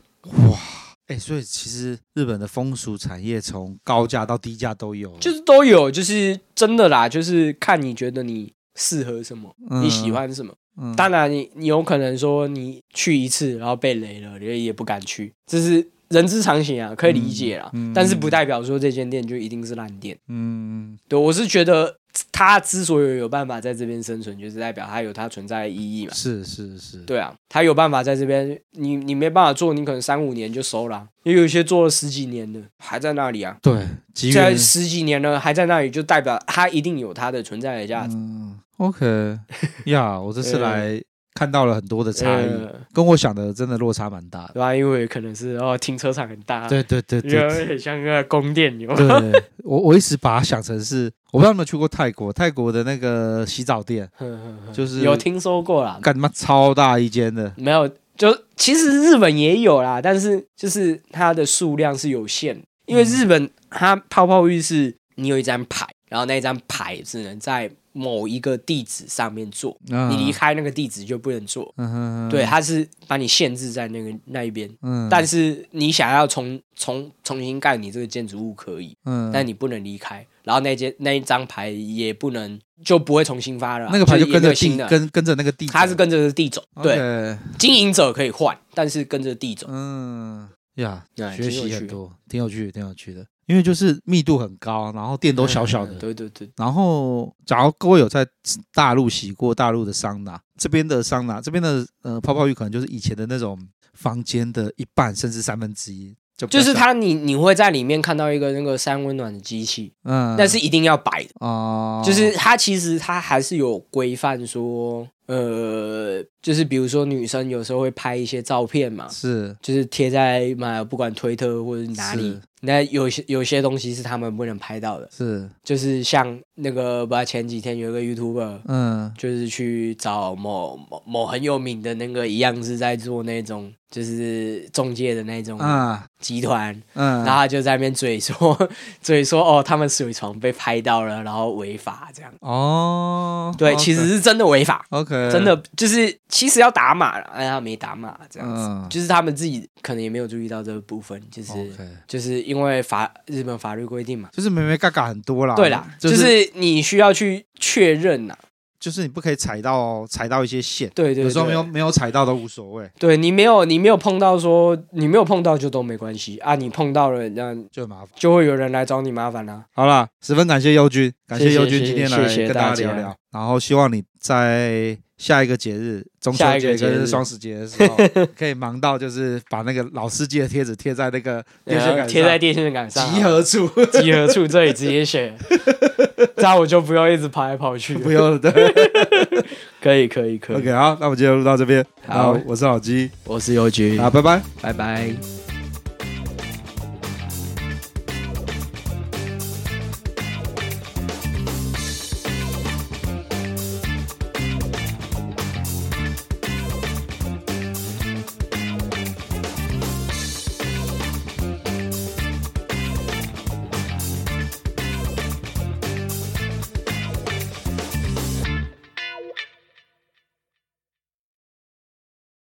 A: 哎，所以其实日本的风俗产业从高价到低价都有，
D: 就是都有，就是真的啦，就是看你觉得你适合什么，
A: 嗯
D: 你喜欢什么。
A: 嗯
D: 当然你，你有可能说你去一次，然后被雷了，你也不敢去，这是人之常情啊，可以理解啦。
A: 嗯嗯
D: 但是不代表说这间店就一定是烂店。
A: 嗯，
D: 对我是觉得他之所以有办法在这边生存，就是代表他有他存在的意义嘛。
A: 是是是，
D: 对啊，他有办法在这边，你你没办法做，你可能三五年就收了啊、也有一些做了十几年的还在那里啊，
A: 对，机
D: 现在
A: 缘。
D: 十几年了还在那里，就代表他一定有他的存在的价值。
A: 嗯，OK，呀，我这次 <laughs>
D: 呃
A: 来看到了很多的嗯差异。
D: 呃
A: 跟我想的真的落差蛮大的。
D: 对吧、啊因为可能是哦，停车场很大，，
A: 对对对
D: 有
A: 对
D: 点像个宫殿， <laughs> 有没有
A: 对，我我一直把它想成是，我不知道你们去过泰国，泰国的那个洗澡店
D: 哼哼哼
A: 就是
D: 嗯有听说过啦，
A: 干他妈超大一间的，
D: 没有，就其实日本也有啦，但是就是它的数量是有限的，因为日本它泡泡浴是你有一张牌，然后那一张牌只能在某一个地址上面做，
A: 嗯
D: 你离开那个地址就不能做。
A: 嗯哼
D: 对，，它是把你限制在那个那一边，
A: 嗯
D: 但是你想要重重重新盖你这个建筑物可以，
A: 嗯
D: 但你不能离开。然后那间那一张牌也不能就不会重新发了啊，
A: 那个牌就
D: 也
A: 跟
D: 没有
A: 着
D: 新
A: 地
D: 的，
A: 跟跟着那个地走，
D: 它是跟着地走，对。
A: OK，
D: 经营者可以换，但是跟着地走。
A: 嗯呀学
D: 哎，挺有
A: 习
D: 趣
A: 很多，挺有趣，挺有趣的。因为就是密度很高，然后店都小小的。
D: 嗯对对对，
A: 然后，假如各位有在大陆洗过大陆的桑拿，这边的桑拿，这边的呃泡泡浴可能就是以前的那种房间的一半甚至三分之一，就比较
D: 就是
A: 小，
D: 它你你会在里面看到一个那个三温暖的机器，
A: 嗯，
D: 但是一定要摆的，
A: 哦，
D: 就是它其实它还是有规范说，呃，就是比如说女生有时候会拍一些照片嘛，
A: 是
D: 就是贴在嘛，不管推特或者哪里
A: 是，
D: 那有些有些东西是他们不能拍到的，
A: 是，
D: 就是像那个，不，前几天有一个 YouTuber，
A: 嗯，
D: 就是去找某某某很有名的那个，一样是在做那种就是中介的那种
A: 啊，
D: 集团，
A: 嗯，
D: 然后他就在那边嘴说 <laughs> 嘴说哦，他们水床被拍到了，然后违法这样。
A: 哦，
D: 对，
A: OK
D: 其实是真的违法。
A: OK，
D: 真的就是，其实要打码了，哎，他没打码，这样子，
A: 嗯
D: 就是他们自己可能也没有注意到这个部分，就是、
A: OK，
D: 就是因为法日本法律规定嘛，
A: 就是没没嘎嘎很多啦，
D: 对啦，
A: 就
D: 就是是你需要去确认呐，
A: 就是你不可以踩到哦踩到一些线，
D: 对对对，
A: 有时候没有没有踩到都无所谓，
D: 对你没有你没有碰到说你没有碰到就都没关系啊，你碰到了那
A: 就很麻烦。
D: 就会有人来找你麻烦啊啦、
A: 好啦，十分感谢优君，感谢
D: 谢谢
A: 优君今天来
D: 谢谢
A: 跟大
D: 大家
A: 聊聊，然后希望你在下一个节日，中秋
D: 下一
A: 节
D: 个节日
A: 跟双十节的时 <laughs> 候，可以忙到就是把那个老司机的贴纸贴在那个电线
D: 然
A: 杆
D: 呃后贴在
A: 上
D: 电线杆上，啊
A: 集合处，
D: 集合处这里直
A: <laughs>
D: 接写，这样我就不用一直跑来跑去了。
A: 不用的。 <laughs>
D: 可以可以可以
A: OK，好，那我们今天就录到这边，
D: 好
A: 好，我是老鸡，
D: 我是尤局，
A: 好，拜拜。
D: 拜拜。